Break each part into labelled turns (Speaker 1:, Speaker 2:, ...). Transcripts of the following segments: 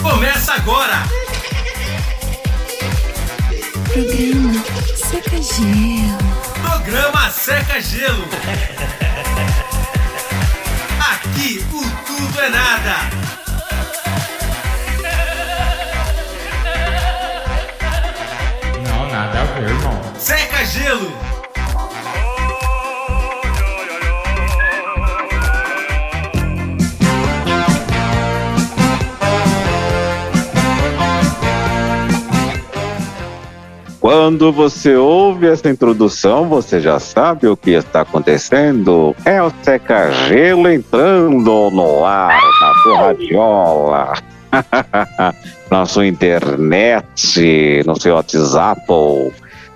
Speaker 1: Começa agora!
Speaker 2: Programa Seca Gelo.
Speaker 1: Programa Seca Gelo. Aqui o tudo é nada.
Speaker 3: Não, nada a ver, irmão.
Speaker 1: Seca Gelo.
Speaker 4: Quando você ouve essa introdução, você já sabe o que está acontecendo. É o Seca Gelo entrando no ar, na sua radiola, na sua internet, no seu WhatsApp.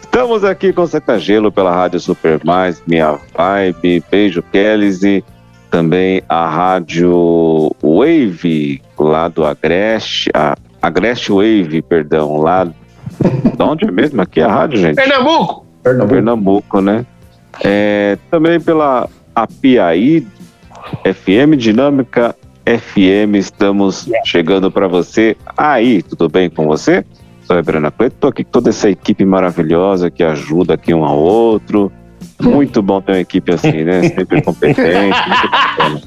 Speaker 4: Estamos aqui com o Seca Gelo pela Rádio Super Mais, Minha Vibe, Beijo Kelly, também a Rádio Wave, lá do Agreste, a Agreste Wave, perdão, lá de onde é mesmo aqui a rádio, gente?
Speaker 5: Pernambuco! Pernambuco.
Speaker 4: Pernambuco, né? É, também pela Apiaí FM Dinâmica FM, estamos chegando para você. Aí, tudo bem com você? Sou Brana Cleto, tô aqui com toda essa equipe maravilhosa que ajuda aqui um ao outro. Muito bom ter uma equipe assim, né? Sempre competente.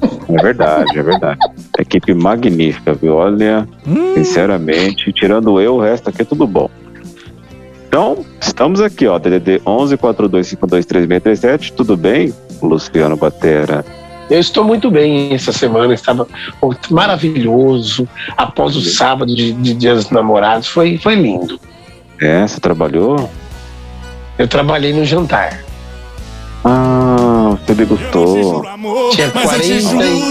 Speaker 4: muito bacana. é verdade, é verdade. Equipe magnífica, viu? Olha, sinceramente, tirando eu, o resto aqui é tudo bom. Então, estamos aqui, ó, DDD 11 42523637, tudo bem, Luciano Batera?
Speaker 5: Eu estou muito bem essa semana, estava pô, maravilhoso. Após o sábado de, de Dia dos Namorados, foi, foi lindo.
Speaker 4: É, você trabalhou?
Speaker 5: Eu trabalhei no jantar.
Speaker 4: Ah, você degustou.
Speaker 5: Tinha 40 e-
Speaker 6: pinga.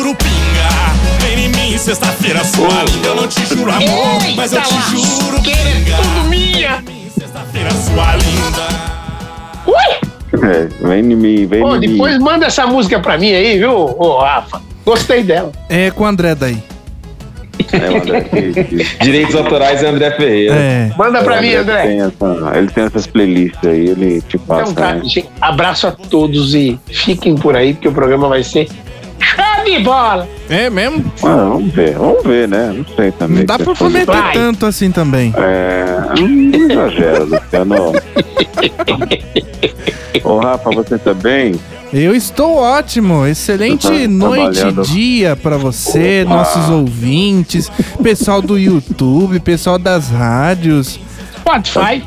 Speaker 6: Vem em mim sexta-feira, sua linda. Eu não te juro amor, mas eu te juro pinga. Tudo minha. Sexta-feira, sua linda.
Speaker 4: É, vem em mim, vem
Speaker 5: Pô,
Speaker 4: em mim.
Speaker 5: depois manda essa música pra mim aí, viu, ô Rafa? Gostei dela.
Speaker 7: É com o André daí.
Speaker 4: É, o André que-
Speaker 3: Direitos autorais é André Ferreira.
Speaker 7: É.
Speaker 5: Manda pra
Speaker 4: o
Speaker 5: mim, André.
Speaker 4: Tem essa, ele tem essas playlists aí, ele te passa.
Speaker 5: Então tá,
Speaker 4: né?
Speaker 5: gente, abraço a todos e fiquem por aí, porque o programa vai ser show de bola.
Speaker 7: É mesmo?
Speaker 4: Ah, vamos ver, vamos ver, né? Não sei também.
Speaker 7: Não dá pra
Speaker 4: Depois-
Speaker 7: prometer
Speaker 5: Vai.
Speaker 7: tanto assim também.
Speaker 4: É, hum, exagero, Luciano. Ô, Rafa, você tá bem?
Speaker 7: Eu estou ótimo. Excelente
Speaker 4: Tá
Speaker 7: noite,
Speaker 4: trabalhando.
Speaker 7: dia pra você, nossos ouvintes, pessoal do YouTube, pessoal das rádios,
Speaker 5: Spotify,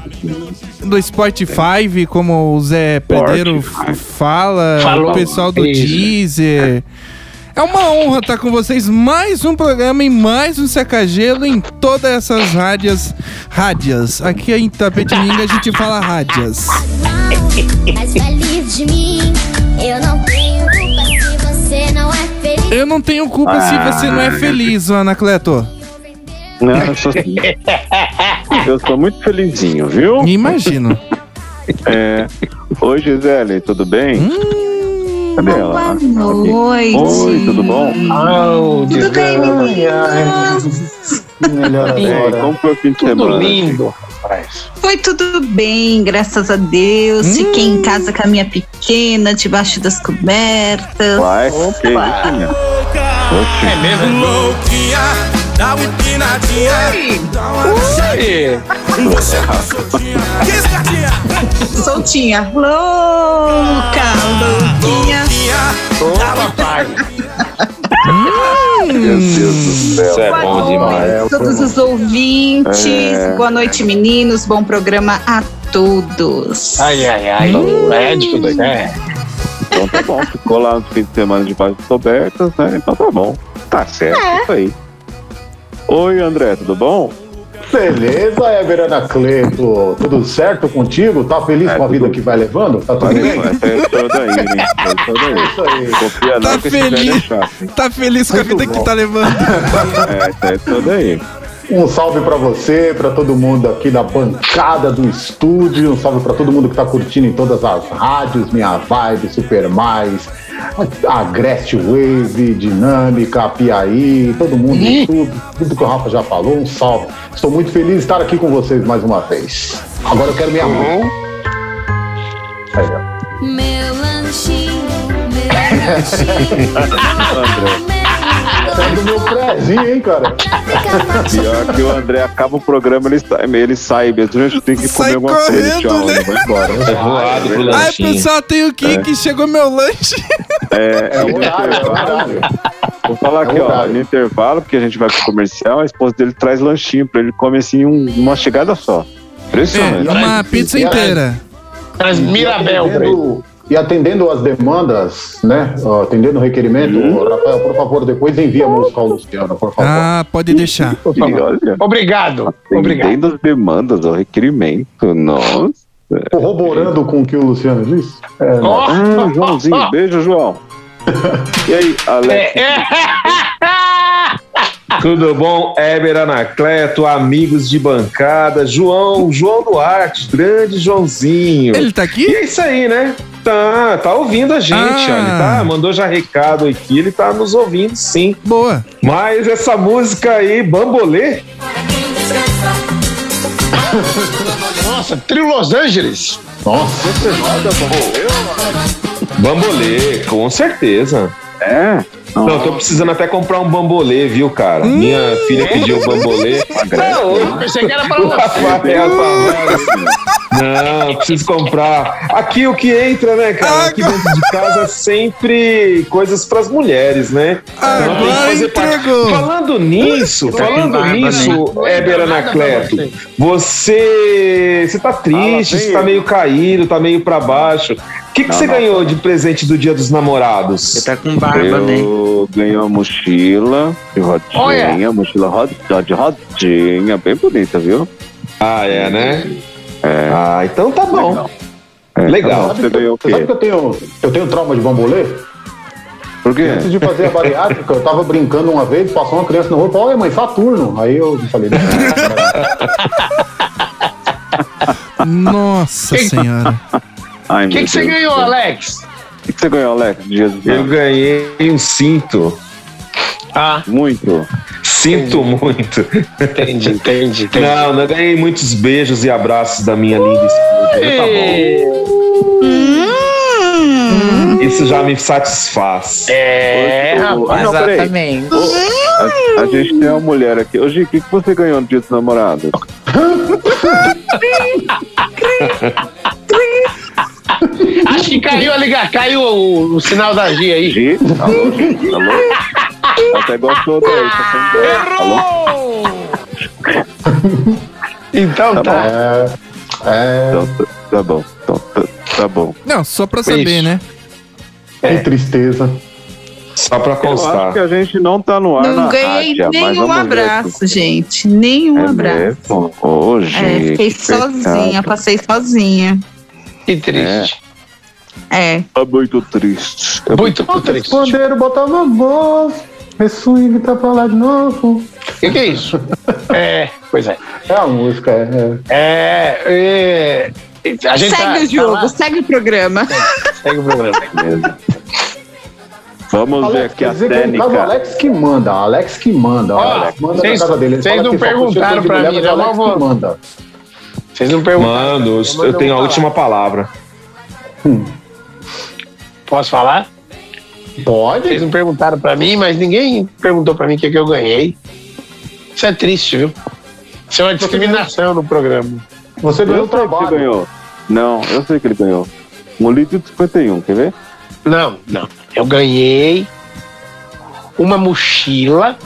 Speaker 7: do Spotify, como o Zé Pedreiro
Speaker 4: Spotify.
Speaker 7: f- fala,
Speaker 5: Falou.
Speaker 7: o pessoal do
Speaker 5: Isso.
Speaker 7: Deezer. É uma honra estar com vocês. Mais um programa e mais um secagelo em todas essas rádias. Rádias. Aqui em Tapetininga a gente fala rádias.
Speaker 2: Mas vale de mim. Eu não tenho culpa se você não é feliz.
Speaker 7: Eu não tenho culpa
Speaker 4: Ah.
Speaker 7: se você não é feliz, Anacleto.
Speaker 4: Não, eu sou, assim. eu sou muito felizinho, viu?
Speaker 7: Me imagino.
Speaker 4: É, oi, Gisele, tudo bem?
Speaker 7: Hum,
Speaker 4: Cadê
Speaker 2: Ah,
Speaker 4: ela?
Speaker 8: Noite.
Speaker 4: Oi, tudo bom?
Speaker 5: Oh,
Speaker 8: Tudo bem, meninas?
Speaker 5: Melhor
Speaker 4: É, como foi o fim de
Speaker 5: Tudo
Speaker 4: semana?
Speaker 5: lindo, rapaz.
Speaker 8: Foi tudo bem, graças a Deus. Fiquei em casa com a minha pequena, debaixo das
Speaker 2: É,
Speaker 8: cobertas.
Speaker 4: Vai, que isso,
Speaker 2: né?
Speaker 4: minha?
Speaker 5: É mesmo?
Speaker 6: Louquinha, dá uma empinadinha. Dá uma
Speaker 5: É.
Speaker 6: soltinha. Quis gatinha.
Speaker 8: Soltinha. Louca, louquinha.
Speaker 5: Ô, papai.
Speaker 2: Hum.
Speaker 4: Meu Deus do céu.
Speaker 3: Isso é
Speaker 8: Boa
Speaker 3: bom
Speaker 8: noite,
Speaker 3: demais.
Speaker 8: todos os ouvintes.
Speaker 4: É.
Speaker 8: Boa noite, meninos. Bom programa a todos.
Speaker 5: Ai, ai, ai. Médico, né?
Speaker 4: Então tá bom, ficou lá no fim de semana de baixo cobertas, né? Então tá bom. Tá certo, isso aí. Oi, André, tudo bom?
Speaker 9: Beleza, Éver Anacleto? Tudo certo contigo? Tá feliz
Speaker 4: É,
Speaker 9: com a vida
Speaker 4: tudo.
Speaker 9: que vai levando? Tá tudo
Speaker 4: Olha
Speaker 9: bem?
Speaker 4: só, Essa é toda aí, hein? Essa é toda aí.
Speaker 9: Isso aí.
Speaker 4: Confia não
Speaker 7: Tá
Speaker 4: que esse velho é
Speaker 7: feliz.
Speaker 4: chato. hein?
Speaker 7: tá feliz com a vida que tá levando.
Speaker 4: É, essa é toda aí.
Speaker 9: Um salve pra você, pra todo mundo aqui da bancada do estúdio. Um salve pra todo mundo que tá curtindo em todas as rádios, Minha Vibe, Super Mais, Agreste Wave, Dinâmica, Piaí, todo mundo, tudo, tudo que o Rafa já falou. Um salve. Estou muito feliz de estar aqui com vocês mais uma vez. Agora eu quero minha mão. Aí, ó.
Speaker 2: Tá Meu lanchinho, meu lanchinho.
Speaker 9: sai do meu prézinho, hein, cara?
Speaker 4: tá Pior que o André acaba o programa, ele, sa- ele sai mesmo. A gente tem que
Speaker 7: Sai
Speaker 4: comer alguma coisa.
Speaker 7: correndo,
Speaker 4: Tchau,
Speaker 7: né?
Speaker 4: vai embora.
Speaker 3: Tá voado pro
Speaker 7: Ai,
Speaker 3: lanchinho.
Speaker 7: pessoal, tem o
Speaker 3: É.
Speaker 7: Kiki, chegou meu lanche.
Speaker 4: É,
Speaker 9: É o horário, é o horário.
Speaker 4: Vou falar aqui,
Speaker 9: É o
Speaker 4: ó,
Speaker 9: horário.
Speaker 4: no intervalo, porque a gente vai pro comercial, a esposa dele traz lanchinho pra ele comer assim um- uma chegada só.
Speaker 7: É,
Speaker 4: Impressionante.
Speaker 7: uma pizza inteira.
Speaker 5: Mas Mirabel, velho.
Speaker 9: Atendendo- E atendendo as demandas, né? ó, Atendendo o requerimento,
Speaker 4: Hum.
Speaker 9: ô, Rafael, por favor, depois envia a música ao Luciano, por favor.
Speaker 7: Ah, pode deixar.
Speaker 4: Tá E olha,
Speaker 5: Obrigado, obrigado.
Speaker 4: atendendo as demandas, o requerimento, nossa.
Speaker 9: Corroborando com o que o Luciano disse. É, não.
Speaker 5: Ó,
Speaker 4: Ah, Joãozinho, beijo, João. E aí, Alex?
Speaker 5: é, é.
Speaker 3: Tudo bom, Éber Anacleto, amigos de bancada, João, João Duarte, grande Joãozinho.
Speaker 7: Ele tá
Speaker 3: E
Speaker 7: aqui?
Speaker 3: é isso aí, né? Tá, tá ouvindo a gente,
Speaker 7: Ah.
Speaker 3: ó, ele tá, mandou já recado aqui, ele tá nos ouvindo sim.
Speaker 7: Boa.
Speaker 3: Mas essa música aí, Bambolê,
Speaker 5: Nossa, Trio Los Angeles.
Speaker 9: Nossa,
Speaker 3: Bambolê, com certeza.
Speaker 4: É? Não,
Speaker 3: Não, eu tô precisando até comprar um bambolê, viu, cara? Minha filha pediu um bambolê. Tá
Speaker 5: Eu
Speaker 3: louco.
Speaker 5: pensei que era pra você.
Speaker 3: Rafael Tavares. Não, preciso comprar. Aqui o que entra, né, cara? Aqui dentro de casa é sempre coisas pras mulheres, né? Então, tem que
Speaker 7: Agora
Speaker 3: fazer parte.
Speaker 7: entregou.
Speaker 3: Falando nisso,
Speaker 10: Tá
Speaker 3: falando nisso,
Speaker 10: né?
Speaker 3: Éber Anacleto, você, você tá triste,
Speaker 4: Ah, lá vem
Speaker 3: você tá
Speaker 4: ele.
Speaker 3: meio caído, tá meio pra baixo. O que, que
Speaker 4: Não,
Speaker 3: você
Speaker 4: não.
Speaker 3: ganhou de presente do Dia dos Namorados?
Speaker 10: Você tá com barba, né?
Speaker 4: Eu ganhei uma mochila de rodinha,
Speaker 5: Olha.
Speaker 4: mochila rodinha, de rodinha, bem bonita, viu?
Speaker 3: Ah, é, né? Ah, então tá bom.
Speaker 4: É,
Speaker 3: Legal.
Speaker 4: Você ganhou o
Speaker 9: você sabe
Speaker 4: quê?
Speaker 9: que eu tenho, eu tenho trauma de bambolê?
Speaker 4: Por quê?
Speaker 9: Antes de fazer a bariátrica, eu tava brincando uma vez, passou uma criança na rua e falou, olha mãe, Saturno. Aí eu falei, "Não,
Speaker 7: Nossa senhora.
Speaker 4: Ai,
Speaker 5: O que, que você ganhou, Alex?
Speaker 4: O que, que você ganhou, Alex? Dia do
Speaker 3: Eu ganhei um cinto.
Speaker 5: Ah,
Speaker 4: Muito.
Speaker 3: Sinto muito.
Speaker 5: entendi, entendi, entendi.
Speaker 3: Não, não ganhei muitos beijos e abraços da minha linda esposa. Tá bom. Isso já me satisfaz.
Speaker 5: É,
Speaker 4: Ô,
Speaker 5: rapaz.
Speaker 4: ah, não, peraí.
Speaker 10: Exatamente.
Speaker 4: A, a gente tem uma mulher aqui. Ô, Gi, o que, que você ganhou no dia dos namorados?
Speaker 5: Acho que caiu a liga, caiu o, o sinal da G aí.
Speaker 4: Gi? Alô, Gi? Alô? Ela até gostou daí. Tá sendo bem. Alô?
Speaker 5: Então tá.
Speaker 9: é, é,
Speaker 4: Então, tá- tá bom. Então, tá, tá bom.
Speaker 7: Não, só pra saber, né?
Speaker 9: que tristeza.
Speaker 3: Só pra
Speaker 4: Eu acho
Speaker 3: constar.
Speaker 4: que a gente não tá no ar na
Speaker 8: Não ganhei
Speaker 4: rádio, mas
Speaker 8: nenhum
Speaker 4: vamos ver
Speaker 8: Um abraço, gente. Nenhum
Speaker 4: aqui. É
Speaker 8: abraço.
Speaker 4: mesmo? Ô, Gi,
Speaker 8: É, fiquei
Speaker 4: que pecado.
Speaker 8: sozinha, passei sozinha.
Speaker 5: Que triste.
Speaker 8: É.
Speaker 4: Tá muito triste. Tá
Speaker 5: Muito triste. O
Speaker 9: Pandeiro botava voz, swing tá pra lá de novo.
Speaker 5: que, que é isso? É, pois é.
Speaker 9: É a música, é. é.
Speaker 5: É. é a gente
Speaker 8: Segue
Speaker 5: tá-
Speaker 8: o jogo,
Speaker 5: tá lá.
Speaker 8: segue o programa.
Speaker 5: segue o programa.
Speaker 4: mesmo. Vamos ver
Speaker 9: Alex,
Speaker 4: aqui
Speaker 9: quer
Speaker 4: a
Speaker 9: dizer que no caso, o
Speaker 4: técnica.
Speaker 9: Alex que manda, o Alex que manda, o
Speaker 5: Ó,
Speaker 9: Alex manda
Speaker 5: vocês-
Speaker 9: na casa dele. Ele
Speaker 5: vocês
Speaker 9: fala
Speaker 5: não
Speaker 9: que só puxou
Speaker 5: perguntaram
Speaker 9: coisa de
Speaker 5: pra
Speaker 9: mulher,
Speaker 5: mim,
Speaker 9: mas é
Speaker 5: eu
Speaker 9: o Alex
Speaker 5: não vou-
Speaker 9: que manda.
Speaker 5: Vocês não perguntaram.
Speaker 3: Mano, eu,
Speaker 5: Manda
Speaker 3: tenho a
Speaker 5: falar.
Speaker 3: última palavra.
Speaker 5: Posso falar? Vocês
Speaker 9: Pode?
Speaker 5: não perguntaram pra mim, mas ninguém perguntou pra mim o que, que eu ganhei. Isso é triste, viu? Isso é uma discriminação no programa.
Speaker 9: Você ganhou
Speaker 4: Eu
Speaker 9: o
Speaker 4: sei que ele
Speaker 9: trabalho.
Speaker 4: ganhou. Não, eu sei que ele ganhou. Um litro e 51, quer ver?
Speaker 5: Não, não. Eu ganhei uma mochila,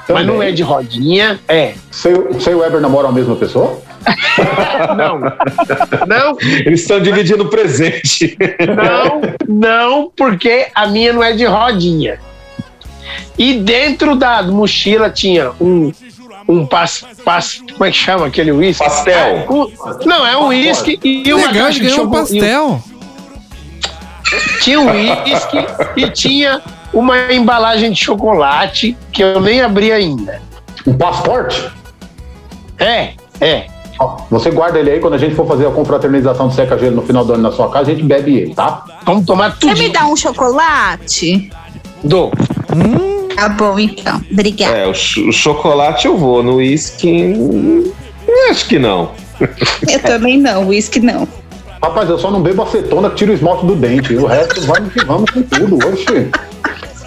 Speaker 5: mas
Speaker 9: Também.
Speaker 5: não é de rodinha. É.
Speaker 9: Você, você e o Weber namoram a mesma pessoa?
Speaker 5: Não. Não,
Speaker 3: Eles estão dividindo presente.
Speaker 5: não, não, porque a minha não é de rodinha. E dentro da mochila tinha um. Um pas, pas, como é que chama aquele uísque?
Speaker 3: Pastel.
Speaker 5: Um- não, é um uísque e uma
Speaker 7: Legal,
Speaker 5: caixa
Speaker 7: ele
Speaker 5: de
Speaker 7: ganhou um
Speaker 5: chocolate.
Speaker 7: pastel.
Speaker 5: Tinha um uísque e tinha uma embalagem de chocolate que eu nem abri ainda.
Speaker 9: Um passaporte?
Speaker 5: É, é.
Speaker 9: Ó, Você guarda ele aí, quando a gente for fazer a confraternização do Seca Gelo no final do ano na sua casa, a gente bebe ele, tá?
Speaker 5: Vamos tomar
Speaker 8: Você
Speaker 5: tudo.
Speaker 8: me dá um chocolate?
Speaker 5: Dou.
Speaker 8: Tá bom, então. Obrigada.
Speaker 3: É, o, ch- o chocolate eu vou, no uísque. hum, Acho que não.
Speaker 8: Eu também não, uísque não.
Speaker 9: Rapaz, eu só não bebo acetona que tira o esmalte do dente. O resto, vamos que vamos com tudo. Oxi.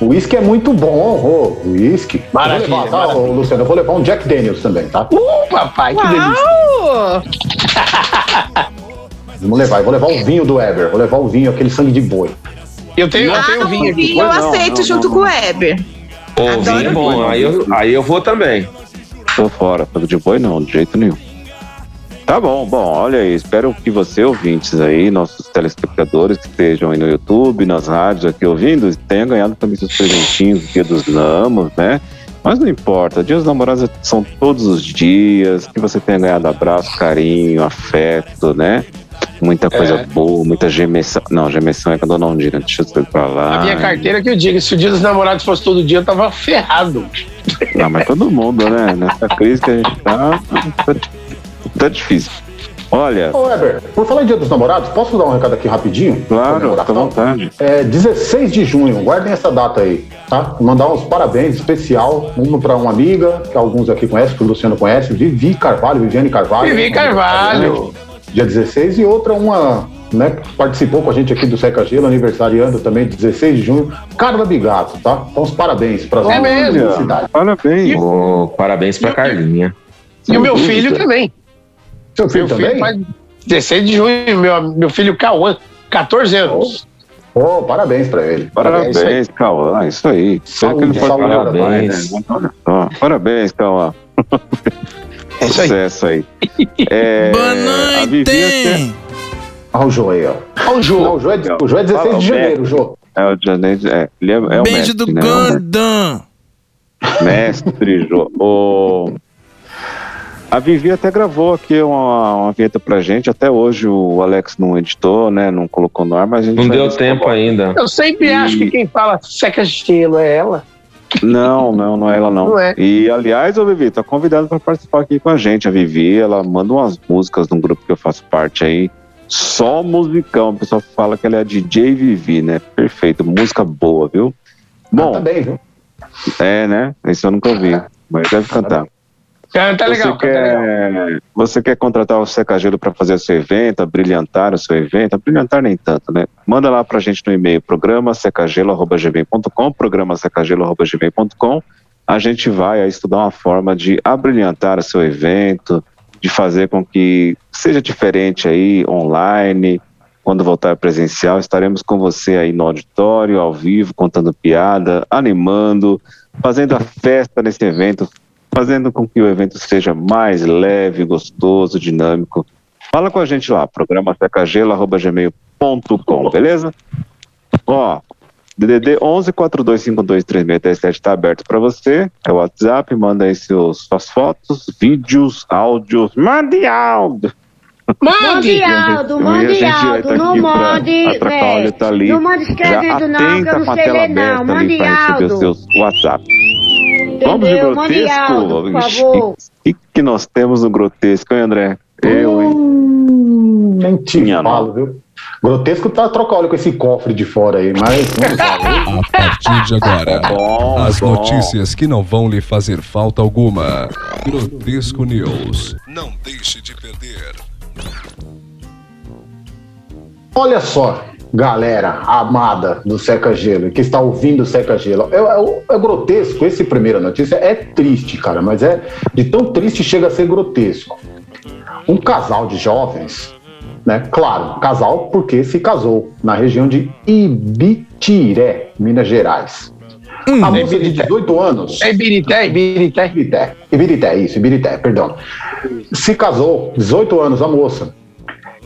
Speaker 9: Whisky é muito bom, ô, whisky.
Speaker 5: Maravilha,
Speaker 9: Eu vou levar, tá,
Speaker 5: maravilha.
Speaker 9: ô, Luciano, eu vou levar um Jack Daniels também, tá?
Speaker 5: Uh, papai, que delícia.
Speaker 10: Uau!
Speaker 9: Vamos levar, eu vou levar o vinho do Ever, vou levar o vinho, aquele sangue de boi.
Speaker 5: Eu tenho, eu tenho
Speaker 10: Ah,
Speaker 5: vinho
Speaker 10: o
Speaker 5: aqui.
Speaker 10: vinho eu
Speaker 4: Não, não,
Speaker 10: aceito
Speaker 4: não,
Speaker 10: junto
Speaker 4: não.
Speaker 10: com o Weber.
Speaker 3: Ô, vinho é bom, aí eu, aí eu vou também.
Speaker 4: Tô fora, pelo de boi não, de jeito nenhum. Tá bom, bom, olha aí, espero que você, ouvintes aí, nossos telespectadores que estejam aí no YouTube, nas rádios aqui ouvindo, tenha ganhado também seus presentinhos, dia dos lamos, né? Mas não importa, dia dos namorados são todos os dias, que você tenha ganhado abraço, carinho, afeto, né? Muita coisa
Speaker 5: É.
Speaker 4: boa, muita gemessão. Não, gemessão é com a dona Ondina, deixa eu sair pra lá.
Speaker 5: A minha
Speaker 7: Ah.
Speaker 5: carteira que eu digo, se o dia dos namorados fosse todo dia, eu tava ferrado.
Speaker 4: Não, mas todo mundo, né? Nessa crise que a gente tá. Tá, tá difícil. Olha,
Speaker 9: Ô, Ever, por falar em Dia dos Namorados, posso dar um recado aqui rapidinho?
Speaker 4: claro, fica à
Speaker 9: Comemoração?
Speaker 4: vontade.
Speaker 9: É 16 de junho, guardem essa data aí, tá? Mandar uns parabéns especial, um para uma amiga, que alguns aqui conhecem, que o Luciano conhece, Vivi Carvalho, Viviane Carvalho. É, né?
Speaker 5: Vivi Carvalho.
Speaker 9: Dia 16, e outra, uma, né, que participou com a gente aqui do Seca Gelo, aniversariando também, 16 de junho, Carla Bigato, tá? Então, os parabéns para
Speaker 5: É mesmo?
Speaker 9: cidade.
Speaker 4: Parabéns.
Speaker 3: Ô, parabéns pra Carlinha.
Speaker 5: E o meu
Speaker 4: dúvida.
Speaker 5: filho também.
Speaker 9: Seu filho
Speaker 5: Meu
Speaker 9: também?
Speaker 5: filho faz 16 de junho, meu, meu filho Cauã, 14 anos.
Speaker 9: Oh, parabéns para ele.
Speaker 5: É
Speaker 4: Parabéns, Cauã. Ah, isso aí. Espero que ele
Speaker 9: Saúde,
Speaker 4: possa
Speaker 9: saúde,
Speaker 4: falar mais,
Speaker 3: parabéns.
Speaker 4: né? Olha só. Parabéns, Cauã.
Speaker 5: isso aí.
Speaker 4: Sucesso aí. É,
Speaker 7: Boa
Speaker 4: a Vivi até-
Speaker 7: noite!
Speaker 9: Olha o Jô aí, ó.
Speaker 5: Olha o
Speaker 9: Não,
Speaker 5: jogo.
Speaker 9: o Jô é, de- o Jô é
Speaker 4: Fala,
Speaker 9: 16 de
Speaker 4: Beto.
Speaker 9: janeiro, Jô.
Speaker 4: É o Janete, é, ele é, é o
Speaker 7: Beijo
Speaker 4: mestre,
Speaker 7: do
Speaker 4: né?
Speaker 7: Gordon!
Speaker 4: Mestre Jô. O... A Vivi até gravou aqui uma, uma vinheta pra gente. Até hoje o Alex não editou, né? Não colocou no ar, mas a gente.
Speaker 3: Não
Speaker 4: vai
Speaker 3: deu
Speaker 4: ver se
Speaker 3: tempo
Speaker 4: coloca.
Speaker 3: ainda.
Speaker 5: Eu sempre acho que quem fala seca gelo é ela.
Speaker 4: Não, não, não é ela, não.
Speaker 5: Não é.
Speaker 4: E, aliás, ô Vivi, tá convidada pra participar aqui com a gente. A Vivi, ela manda umas músicas num grupo que eu faço parte aí. Só musicão. O pessoal fala que ela é a DJ Vivi, né? Perfeito. Música boa, viu? Bom,
Speaker 9: Tá bem, viu?
Speaker 4: é, né? Esse eu nunca ouvi. Mas deve cantar.
Speaker 5: Cara, tá legal.
Speaker 4: você,
Speaker 5: cara, tá legal.
Speaker 4: quer, você quer contratar o Secagelo para fazer o seu evento, brilhantar o seu evento, brilhantar nem tanto, né? Manda lá pra gente no e-mail programa secagelo@gmail.com, programa secagelo@gmail.com. A gente vai aí estudar uma forma de abrilhantar o seu evento, de fazer com que seja diferente aí online. Quando voltar presencial, estaremos com você aí no auditório, ao vivo, contando piada, animando, fazendo a festa nesse evento, fazendo com que o evento seja mais leve, gostoso, dinâmico. Fala com a gente lá, programa secagelo.gmail.com, beleza? Ó, DDD 11 42523617 está tá aberto para você. É o WhatsApp, manda aí seus, suas fotos, vídeos, áudios. Mande áudio!
Speaker 5: Mande!
Speaker 2: Aldo, mande
Speaker 4: E a gente vai
Speaker 2: Aldo,
Speaker 4: tá
Speaker 2: não
Speaker 4: aqui pra
Speaker 2: mande,
Speaker 4: atracar,
Speaker 2: velho.
Speaker 4: olha, tá ali.
Speaker 2: Não manda escrevendo não, que eu
Speaker 4: atenta
Speaker 2: não
Speaker 4: com a
Speaker 2: sei
Speaker 4: tela
Speaker 2: ler não.
Speaker 4: aberta ali
Speaker 2: Mande
Speaker 4: para receber
Speaker 2: áudio.
Speaker 4: os seus WhatsApp. Vamos de
Speaker 2: Entendeu? Mande
Speaker 4: grotesco?
Speaker 2: áudio, por
Speaker 4: Ixi,
Speaker 2: favor.
Speaker 4: O que, que nós temos no grotesco, hein, André? É, Eu, hein?
Speaker 9: Hum, nem te
Speaker 4: Minha
Speaker 9: falo, viu? Grotesco tá trocar óleo com esse cofre de fora aí, mas. vamos lá, viu?
Speaker 6: A partir de agora,
Speaker 4: Tá Bom,
Speaker 6: as
Speaker 4: bom.
Speaker 6: notícias que não vão lhe fazer falta alguma. Grotesco News. Não deixe de perder.
Speaker 9: Olha só, galera amada do Seca Gelo, que está ouvindo o Seca Gelo. É, é- é grotesco, esse primeira notícia é triste, cara, mas é de tão triste chega a ser grotesco. Um casal de jovens, né? Claro, casal porque se casou na região de Ibitiré, Minas Gerais. A moça de 18 anos.
Speaker 5: É Ibirité, Ibirité.
Speaker 9: Ibirité. Ibirité, isso, Ibirité, perdão. Se casou, 18 anos a moça.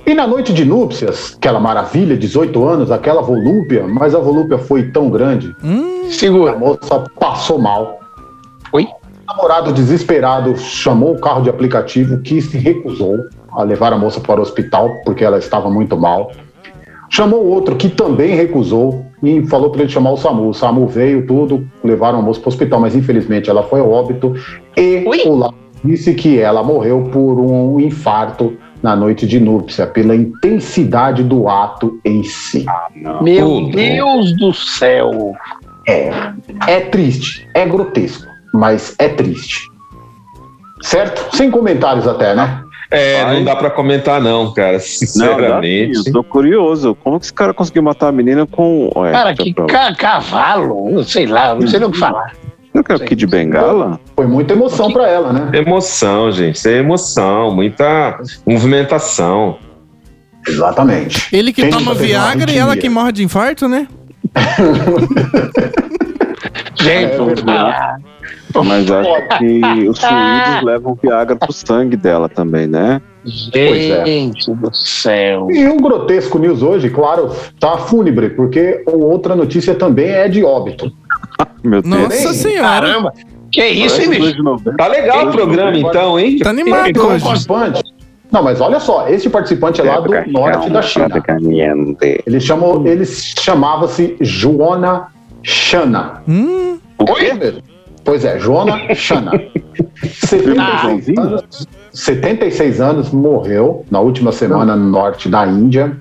Speaker 9: E na noite de núpcias, aquela maravilha, 18 anos, aquela volúpia, mas a volúpia foi tão grande, a
Speaker 5: Segura.
Speaker 9: moça passou mal.
Speaker 5: Oi?
Speaker 9: O namorado desesperado chamou o carro de aplicativo que se recusou a levar a moça para o hospital porque ela estava muito mal. Chamou outro que também recusou e falou para ele chamar o SAMU. O SAMU veio, tudo, levaram a moça para o hospital, mas infelizmente ela foi a óbito e
Speaker 5: Ui.
Speaker 9: o lá disse que ela morreu por um infarto na noite de núpcia, pela intensidade do ato em si.
Speaker 5: Meu
Speaker 3: Pô,
Speaker 5: Deus do céu.
Speaker 9: É, é triste, é grotesco, mas é triste. Certo? Sem comentários até, né?
Speaker 3: É,
Speaker 4: Vai.
Speaker 3: não dá pra comentar, não, cara.
Speaker 4: Não, dá sim,
Speaker 3: Sinceramente.
Speaker 4: eu tô curioso. Como que esse cara conseguiu matar a menina com. Ué,
Speaker 5: Cara,
Speaker 4: deixa
Speaker 9: é
Speaker 5: que
Speaker 4: pra-
Speaker 5: ca- cavalo, não sei lá, não sei nem o que falar.
Speaker 4: Será que é o Kid de Bengala?
Speaker 9: Foi muita emoção pra ela, né?
Speaker 3: Emoção, gente. Isso é emoção, muita movimentação.
Speaker 9: Exatamente.
Speaker 7: Ele que
Speaker 9: Quem
Speaker 7: toma
Speaker 9: nunca teve uma
Speaker 7: Viagra e ela
Speaker 9: arritmia?
Speaker 7: que morre de infarto, né?
Speaker 5: Gente,
Speaker 9: É
Speaker 5: vamos
Speaker 9: verdade.
Speaker 5: falar.
Speaker 4: Mas acho que os fluidos levam Viagra pro sangue dela também, né?
Speaker 9: é.
Speaker 5: Gente do céu.
Speaker 9: E um grotesco news hoje, claro, tá fúnebre, porque outra notícia também é de óbito.
Speaker 4: Meu Deus.
Speaker 7: Nossa
Speaker 9: Bem,
Speaker 7: senhora.
Speaker 5: Caramba, que isso, hein, bicho?
Speaker 3: Tá legal
Speaker 4: Eu
Speaker 3: o programa,
Speaker 4: tô-
Speaker 3: então, hein?
Speaker 7: Tá animado
Speaker 9: Esse
Speaker 7: hoje.
Speaker 9: participante. Não, mas olha só, esse participante é lá do norte da China. Ele, chamou, ele chamava-se Joana Shana.
Speaker 7: Hum,
Speaker 9: Oi? Pois é, Joana Shana. 76 anos, 76 anos, morreu na última semana no norte da Índia.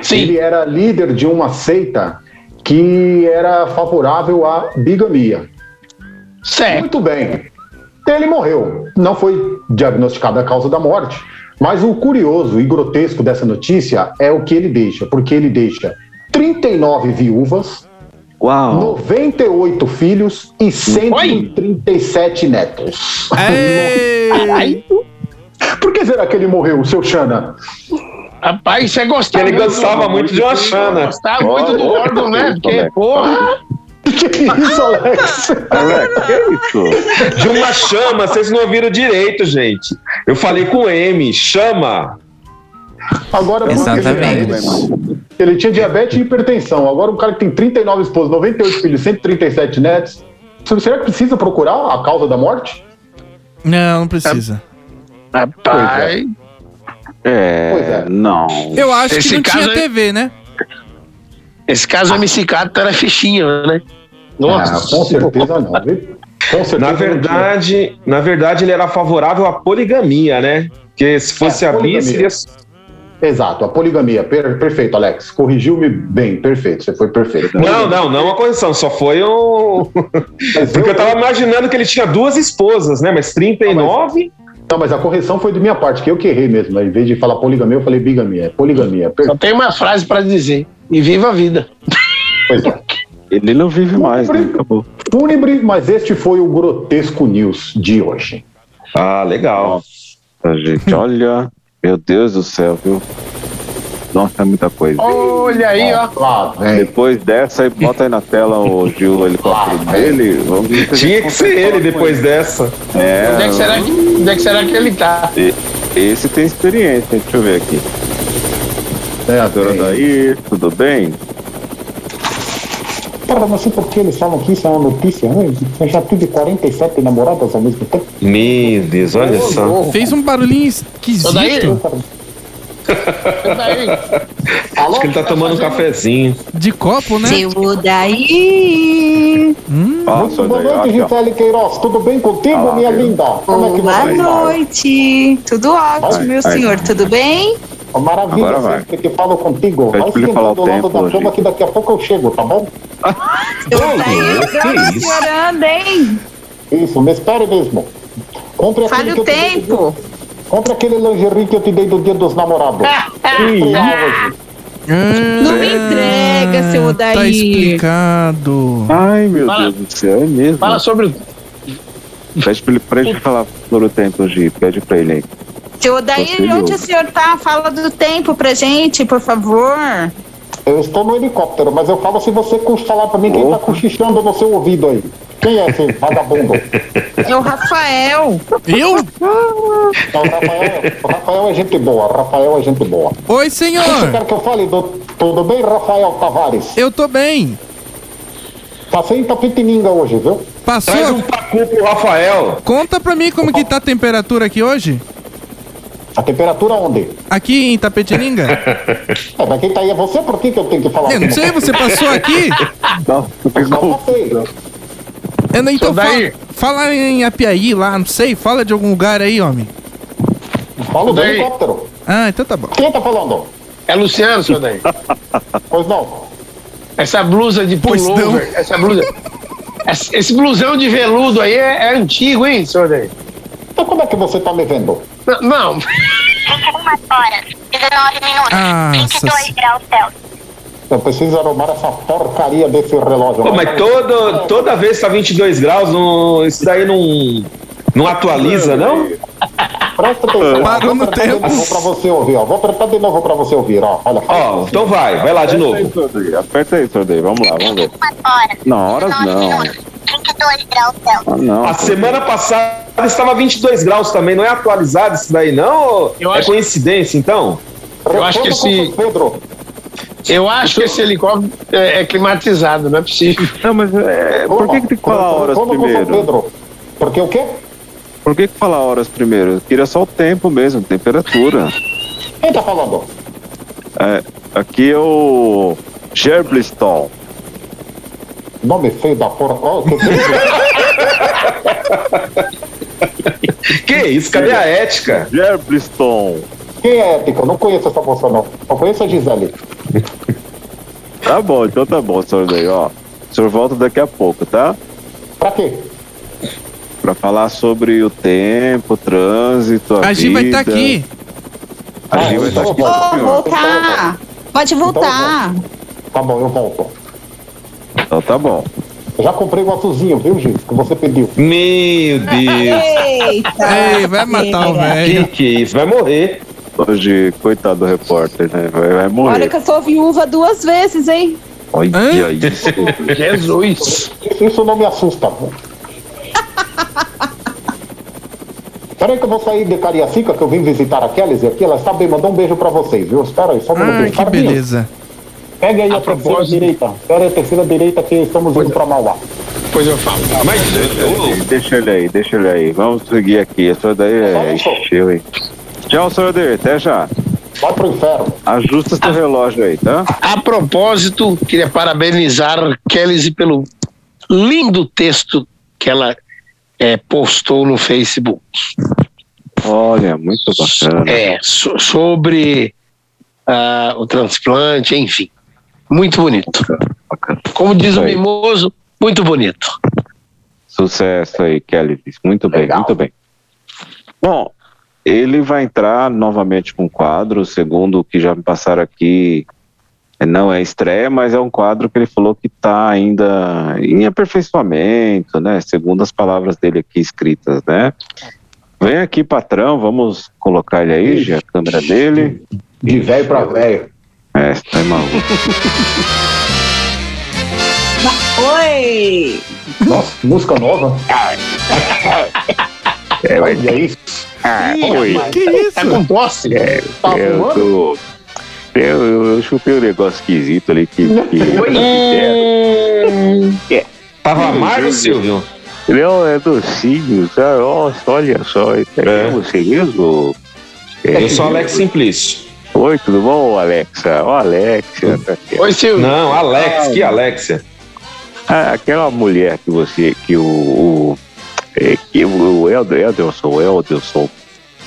Speaker 5: Sim.
Speaker 9: Ele era líder de uma seita que era favorável à bigamia.
Speaker 5: Certo.
Speaker 9: Muito bem. Ele morreu. Não foi diagnosticada a causa da morte. Mas o curioso e grotesco dessa notícia é o que ele deixa, porque ele deixa 39 viúvas,
Speaker 4: Uau!
Speaker 9: 98 filhos e 137 netos.
Speaker 7: ei,
Speaker 5: Ai,
Speaker 9: Por que será que ele morreu, seu Xana?
Speaker 5: rapaz, você gostava.
Speaker 3: Ele gostava muito de uma Xana.
Speaker 5: né? Gostava muito do
Speaker 4: Olha,
Speaker 5: órgão, né?
Speaker 4: isso,
Speaker 5: Porque,
Speaker 4: né?
Speaker 5: porra.
Speaker 9: Que isso, Alex?
Speaker 4: Alex, que é isso?
Speaker 3: De uma chama, vocês não ouviram direito, gente. Eu falei com o M, chama.
Speaker 9: Agora, por que é? será?
Speaker 10: Exatamente.
Speaker 9: né, Ele tinha diabetes e hipertensão. Agora, um cara que tem 39 esposas, 98 filhos, 137 netos. Será que precisa procurar a causa da morte?
Speaker 7: Não, não precisa.
Speaker 5: Rapaz.
Speaker 9: Pois
Speaker 4: É,
Speaker 9: é.
Speaker 4: não.
Speaker 7: Eu acho
Speaker 5: Esse
Speaker 7: que não
Speaker 5: caso
Speaker 7: tinha
Speaker 5: é-
Speaker 7: TV, né?
Speaker 5: Esse caso o MC Cato era fichinha, né?
Speaker 9: Ah, com certeza não, viu? Com certeza
Speaker 3: Na
Speaker 9: não tinha.
Speaker 3: verdade, na verdade, ele era favorável à poligamia, né? Porque se fosse
Speaker 9: É,
Speaker 3: a bi,
Speaker 9: poligamia.
Speaker 3: seria.
Speaker 9: Exato, a poligamia. Per- perfeito, Alex. Corrigiu-me bem. Perfeito, você foi perfeito.
Speaker 3: Não, não, não uma correção, só foi um.
Speaker 9: Mas
Speaker 3: Porque eu
Speaker 9: eu-
Speaker 3: tava imaginando que ele tinha duas esposas, né? Mas 39?
Speaker 9: Não, mas a correção foi de minha parte, que eu que errei mesmo. Em vez de falar poligamia, eu falei bigamia. É Poligamia. Per-
Speaker 5: Só tem uma frase pra dizer. E viva a vida.
Speaker 9: Pois é.
Speaker 4: Ele não vive mais, né? Acabou.
Speaker 9: Fúnebre, mas este foi o Grotesco News de hoje.
Speaker 3: Ah, legal.
Speaker 4: Nossa, gente, olha. Meu Deus do céu, viu? Nossa, é muita coisa.
Speaker 5: Olha aí, ó.
Speaker 9: Lá vem.
Speaker 4: Depois dessa, aí bota aí na tela o Gil, o helicóptero
Speaker 5: Ah,
Speaker 4: dele. Vamos ver se a
Speaker 3: Tinha
Speaker 4: gente
Speaker 3: que ser
Speaker 4: consegue
Speaker 3: ele
Speaker 4: falar com
Speaker 3: depois dessa.
Speaker 5: Onde é que será que, onde é que, será que ele tá?
Speaker 4: Esse tem experiência, deixa eu ver aqui.
Speaker 9: É,
Speaker 4: Doutora
Speaker 9: adorando aí.
Speaker 4: Daí, tudo bem?
Speaker 9: Cara, não sei por que eles falam que isso é uma notícia ruim. Eu já tive 47 namoradas ao mesmo tempo.
Speaker 3: Meu Deus, olha só.
Speaker 7: Fez um barulhinho
Speaker 5: Ô, daí,
Speaker 7: esquisito
Speaker 5: ô, daí.
Speaker 3: Acho que ele tá tomando um cafezinho.
Speaker 7: de copo, né?
Speaker 8: Seu daí.
Speaker 3: Ah.
Speaker 4: Nossa,
Speaker 9: Muito boa
Speaker 4: daí,
Speaker 9: noite,
Speaker 4: é ó, aqui,
Speaker 9: Gisele Queiroz. Tudo bem contigo,
Speaker 4: Ah,
Speaker 9: minha
Speaker 4: meu.
Speaker 9: linda? Como é que
Speaker 8: Boa
Speaker 9: você está?
Speaker 8: noite. Tudo ótimo,
Speaker 4: Vai,
Speaker 8: meu
Speaker 4: vai.
Speaker 8: senhor. Tudo bem?
Speaker 9: Uma Maravilha,
Speaker 4: Agora vai.
Speaker 9: sempre que falo contigo.
Speaker 4: Pede
Speaker 9: Vai
Speaker 4: pra ele falar
Speaker 9: esquentando
Speaker 4: o
Speaker 9: do lado
Speaker 4: tempo,
Speaker 9: da cama
Speaker 4: gente.
Speaker 9: que daqui a pouco eu chego, tá bom?
Speaker 8: Seu daí, o senhor anda, hein?
Speaker 9: Isso, me espere mesmo. Compre aquele
Speaker 8: Fale
Speaker 9: que
Speaker 8: o
Speaker 9: eu te dei do-
Speaker 8: tempo.
Speaker 9: Compre aquele lingerie que eu te dei do dia dos namorados.
Speaker 8: Não me entrega, seu Odair.
Speaker 7: Tá explicado.
Speaker 4: ó. Ai, meu
Speaker 5: Fala.
Speaker 4: Deus do céu, é mesmo?
Speaker 5: Fala sobre o.
Speaker 4: Pede pra ele, pra ele falar sobre o tempo, Gi. Pede pra ele aí.
Speaker 8: Seu daí,
Speaker 4: Possível.
Speaker 8: onde o senhor tá? Fala do tempo pra gente, por favor.
Speaker 9: Eu estou no helicóptero, mas eu falo se você falar pra mim quem
Speaker 4: Opa.
Speaker 9: tá cochichando no seu ouvido aí. Quem é esse vagabundo?
Speaker 8: É o Rafael.
Speaker 7: Eu?
Speaker 9: É o Rafael, o Rafael é gente boa, o Rafael é gente boa.
Speaker 7: Oi,
Speaker 9: Você
Speaker 7: senhor.
Speaker 9: quer que eu fale do... Tudo bem, Rafael Tavares?
Speaker 7: Eu tô bem.
Speaker 9: Passei em Tapetininga hoje, viu?
Speaker 7: Passou?
Speaker 3: Traz um pacu pro Rafael.
Speaker 7: Conta pra mim como que tá a temperatura aqui hoje?
Speaker 9: A temperatura onde?
Speaker 7: Aqui em Tapetininga?
Speaker 9: É, mas quem tá aí é você, por que, que eu tenho que falar?
Speaker 7: Eu não sei, você passou aqui?
Speaker 4: Não,
Speaker 9: Não sei.
Speaker 7: É, né, Então
Speaker 5: Seu Daí.
Speaker 7: fala, fala em Apiaí lá, não sei, fala de algum lugar aí, homem.
Speaker 9: Fala do
Speaker 5: Daí.
Speaker 9: helicóptero.
Speaker 7: Ah, então tá bom.
Speaker 9: Quem tá falando?
Speaker 5: É Luciano, seu daí.
Speaker 9: Pois não.
Speaker 5: Essa blusa de
Speaker 7: Pois não.
Speaker 5: pullover. Essa blusa. Esse esse blusão de veludo aí é, é antigo, hein, senhor Daí?
Speaker 9: Então como é que você tá me vendo?
Speaker 5: Não, não.
Speaker 2: Repita fora. 19 minutos.
Speaker 7: Ah,
Speaker 2: 22
Speaker 7: essas-
Speaker 2: graus Celsius.
Speaker 9: Eu preciso arrumar essa porcaria desse relógio.
Speaker 3: Pô, mas todo, toda vez tá 22 graus, não, isso daí não, não atualiza, não?
Speaker 9: Presta
Speaker 3: Ah.
Speaker 9: atenção.
Speaker 7: Parou
Speaker 9: Vou
Speaker 7: no
Speaker 9: apertar de
Speaker 7: tempo.
Speaker 9: novo Pra você ouvir, ó. Vou apertar de novo pra você ouvir, ó. Olha.
Speaker 3: Ó, então vai, vai lá de
Speaker 4: Aperta aí,
Speaker 3: novo.
Speaker 4: Sordeiro. Aperta aí, Sordeiro. Vamos lá, vamos ver.
Speaker 2: 24 horas.
Speaker 4: Na hora
Speaker 2: 19
Speaker 4: não.
Speaker 2: minutos. 22 graus Celsius.
Speaker 4: Ah, não.
Speaker 3: A semana passada estava 22 graus também, não é atualizado isso daí, não?
Speaker 5: Eu
Speaker 3: é
Speaker 5: acho-
Speaker 3: coincidência, então?
Speaker 5: Eu acho que esse,
Speaker 9: Pedro,
Speaker 5: eu acho que esse helicóptero é, é climatizado, não é possível.
Speaker 4: Não, mas é, por que, que tem que falar horas
Speaker 9: Como tá com São
Speaker 4: primeiro?
Speaker 9: Pedro. Porque o quê?
Speaker 4: Por que, que falar horas primeiro? Eu Queria só o tempo mesmo, temperatura.
Speaker 9: Quem tá falando?
Speaker 4: É, aqui é o Gerbliston.
Speaker 9: Nome feio da porra. Ó, que Pedro.
Speaker 3: Que isso, cadê a ética?
Speaker 4: Gerbliston.
Speaker 9: Quem é ética? Eu não conheço essa moça, não. Só conheço a Gisele.
Speaker 4: Tá bom, então tá bom, Sordeiro. Ó, o senhor volta daqui a pouco, tá?
Speaker 9: Pra quê?
Speaker 4: Pra falar sobre o tempo, o trânsito, a, tá
Speaker 7: A Gi vai
Speaker 4: vida.
Speaker 7: estar aqui.
Speaker 4: A Gi vai
Speaker 9: Ah,
Speaker 4: estar
Speaker 9: então
Speaker 4: aqui.
Speaker 9: eu
Speaker 8: Vou
Speaker 9: volto.
Speaker 8: voltar. Pode voltar.
Speaker 9: Tá bom, eu volto.
Speaker 4: Então tá bom.
Speaker 9: Eu já comprei o azulzinho, viu, Gil? Que você pediu.
Speaker 3: Meu Deus,
Speaker 8: Eita.
Speaker 7: Ei, vai matar o
Speaker 3: que
Speaker 7: velho.
Speaker 3: que é isso? Vai morrer.
Speaker 4: Hoje, coitado do repórter, né? Vai, vai
Speaker 8: Olha
Speaker 4: morrer.
Speaker 8: que eu sou viúva duas vezes, hein?
Speaker 4: Olha
Speaker 7: Hã?
Speaker 4: isso.
Speaker 5: Jesus.
Speaker 9: Isso, isso não me assusta. Peraí que eu vou sair de Cariacica, que eu vim visitar a Kelly e aqui. Ela está bem, mandou um beijo pra vocês, viu? Espera aí, só um
Speaker 7: Ah,
Speaker 9: minutinho.
Speaker 7: que
Speaker 9: Carminho,
Speaker 7: beleza.
Speaker 9: Pega aí a, terceira
Speaker 5: propósito.
Speaker 9: direita. Pega aí a terceira direita que estamos indo pra Mauá.
Speaker 5: Pois eu falo.
Speaker 4: Deixa ele aí, deixa ele aí. Vamos seguir aqui. Essa daí é
Speaker 9: Vamos, pô.
Speaker 4: encheu, hein? Tchau, Sordeiro. Até já.
Speaker 9: Vai pro inferno.
Speaker 4: Ajusta seu relógio aí, tá?
Speaker 5: A propósito, queria parabenizar Kelly pelo lindo texto que ela eh, postou no Facebook.
Speaker 4: Olha, muito bacana.
Speaker 5: É, so- sobre ah, o transplante, enfim. Muito bonito.
Speaker 4: bacana.
Speaker 5: Como diz o
Speaker 4: Aí.
Speaker 5: Mimoso, muito bonito.
Speaker 4: Sucesso aí, Kelly. Muito bem,
Speaker 9: Legal.
Speaker 4: muito bem. Bom, ele vai entrar novamente com um quadro, segundo o que já me passaram aqui. é, Não é estreia, mas é um quadro que ele falou que está ainda em aperfeiçoamento, né? Segundo as palavras dele aqui escritas, né? Vem aqui, patrão, vamos colocar ele aí, já a câmera dele.
Speaker 9: De velho pra velho.
Speaker 4: É, você tá maluco.
Speaker 8: Oi!
Speaker 9: Nossa, música nova.
Speaker 4: É, mas-
Speaker 9: E aí?
Speaker 4: Ah, oi.
Speaker 7: Que isso?
Speaker 5: Tá com posse?
Speaker 9: Tá
Speaker 4: Eu,
Speaker 9: fumando?
Speaker 4: tô- eu, eu, eu chupei um negócio esquisito ali que. que-
Speaker 3: Tava amargo, Silvio?
Speaker 4: Não, é docinho, tá? Nossa, olha só. É, você mesmo? É.
Speaker 3: Eu sou Alex Simplício.
Speaker 4: Oi, tudo bom, Alexa? Ó, Alexa. tá aqui.
Speaker 5: Oi, Silvio.
Speaker 3: Não, Alex, que Alexia?
Speaker 4: Ah, aquela mulher que você. que o. o é, que o, o Eld- Elderson, o Elderson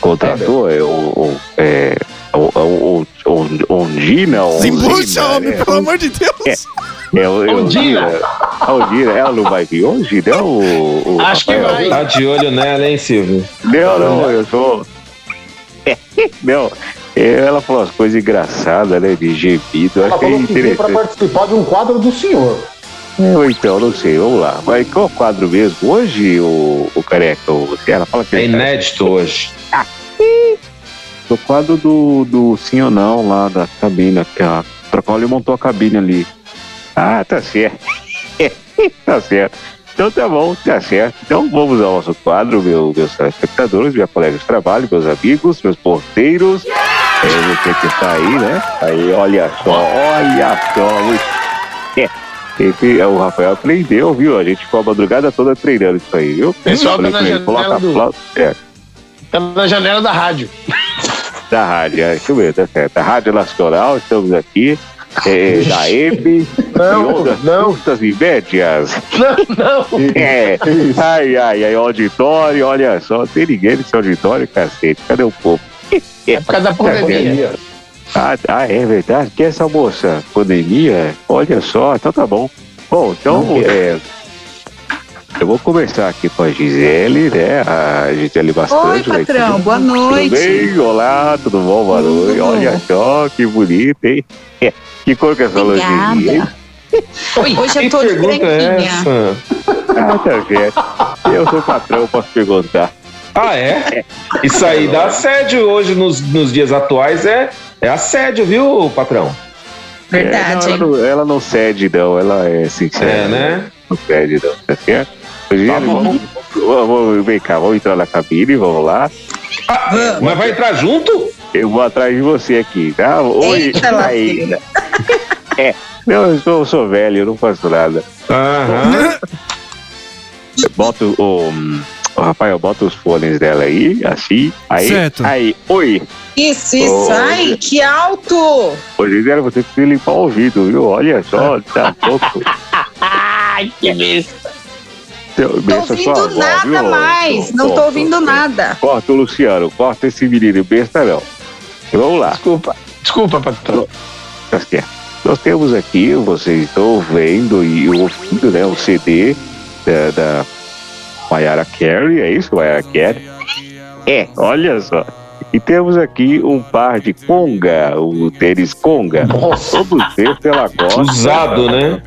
Speaker 4: contratou, é, o. o é, o- o- o- o- Ondina?
Speaker 7: Se
Speaker 4: Ondina,
Speaker 7: embucha, homem,
Speaker 4: né?
Speaker 7: pelo amor de Deus.
Speaker 4: É, o- é o
Speaker 5: Ondina.
Speaker 4: Ondina. A Ondina, ela não vai vir hoje, não? O, o
Speaker 5: Acho que
Speaker 4: Rafael?
Speaker 5: vai.
Speaker 3: Tá de olho nela, hein, Silvio?
Speaker 4: Não, não, eu sou. não, ela falou umas coisas engraçadas, né? De gemido.
Speaker 9: Ela falou
Speaker 4: Achei
Speaker 9: que veio pra
Speaker 4: interessante.
Speaker 9: participar de um quadro do senhor.
Speaker 4: Eu, então, não sei, vamos lá. Mas qual o quadro mesmo? Hoje, o, o careca, o, ela fala que
Speaker 3: É inédito hoje.
Speaker 4: o quadro do, do sim ou não lá da cabine, que a Trocoli montou a cabine ali. Ah, tá certo. tá certo. Então tá bom, tá certo. Então vamos ao nosso quadro, meu, meus telespectadores, meus colegas de trabalho, meus amigos, meus porteiros. É você que está aí, né? Aí, olha só, olha só. muito- É, esse, é, o Rafael aprendeu, viu? A gente ficou a madrugada toda treinando isso aí, viu?
Speaker 5: Pessoal,
Speaker 4: Eu falei
Speaker 5: tá na
Speaker 4: pra
Speaker 5: janela
Speaker 4: ele, coloca
Speaker 5: do-
Speaker 4: aplauso. É,
Speaker 5: Tá na janela da rádio.
Speaker 4: da rádio, é isso mesmo, tá certo. Da Rádio Nacional, estamos aqui, é, da EMB,
Speaker 5: Não,
Speaker 4: e ondas
Speaker 5: não.
Speaker 4: curtas e médias.
Speaker 5: Não, não.
Speaker 4: É, ai, ai, ai, auditório, olha só, tem ninguém nesse auditório, cacete, cadê o povo? Tá
Speaker 5: É por causa da pandemia.
Speaker 4: Ah, ah, é verdade, que essa moça, pandemia, olha só, então tá bom. Bom, então, é, Eu vou conversar aqui com a Gisele, né? A Gisele
Speaker 8: Oi,
Speaker 4: bastante. né?
Speaker 8: patrão, boa
Speaker 4: Tudo
Speaker 8: noite.
Speaker 4: bem? Olá, tudo bom? Boa
Speaker 8: Tudo.
Speaker 4: noite. Olha só, que bonito, hein? Que cor que é essa
Speaker 8: Obrigada.
Speaker 4: lingerie, hein?
Speaker 8: Oi, Hoje eu
Speaker 3: Que
Speaker 8: tô de
Speaker 3: pergunta é
Speaker 8: branquinha.
Speaker 3: essa?
Speaker 4: Ah, tá certo. Eu sou patrão, posso perguntar.
Speaker 3: Ah, é? Isso aí dá assédio hoje nos, nos dias atuais, é, é assédio, viu, patrão?
Speaker 8: Verdade,
Speaker 4: É,
Speaker 8: hein?
Speaker 4: não, ela, não, ela não cede, não. Ela é sincera.
Speaker 3: É, né?
Speaker 4: Não cede, não. Tá certo? Gisele,
Speaker 3: bom.
Speaker 4: vamos, vamos, vamos- vem cá, vamos entrar na cabine, vamos lá.
Speaker 10: Ah,
Speaker 3: Mas vai entrar junto?
Speaker 4: Eu vou atrás de você aqui, tá? Oi,
Speaker 8: Eita, lá,
Speaker 4: Laísa. É, não, eu sou, eu sou velho, eu não faço nada.
Speaker 3: Aham.
Speaker 4: Eu boto o. o Rafael, bota os fones dela aí, assim. Aí,
Speaker 7: Certo.
Speaker 4: aí, oi.
Speaker 10: Isso, isso.
Speaker 4: Oh.
Speaker 10: Ai, que alto!
Speaker 4: Ô, Gisele, você precisa limpar o ouvido, viu? Olha só, tá pouco.
Speaker 5: Ai, que beleza.
Speaker 4: Tô
Speaker 10: Tô
Speaker 8: Tá
Speaker 10: ouvindo nada mais. Não tô ouvindo nada.
Speaker 4: Corta o Luciano, corta esse menino besta não. Vamos lá,
Speaker 5: Desculpa. Desculpa, patrão.
Speaker 4: tá certo. Nós temos aqui, vocês estão vendo e ouvindo, né, o CD da, da Mayara Carey, é isso, Mayara Carey? É, olha só. E temos aqui um par de conga, o tênis conga. Todo sexto ela gosta.
Speaker 3: Usado, né?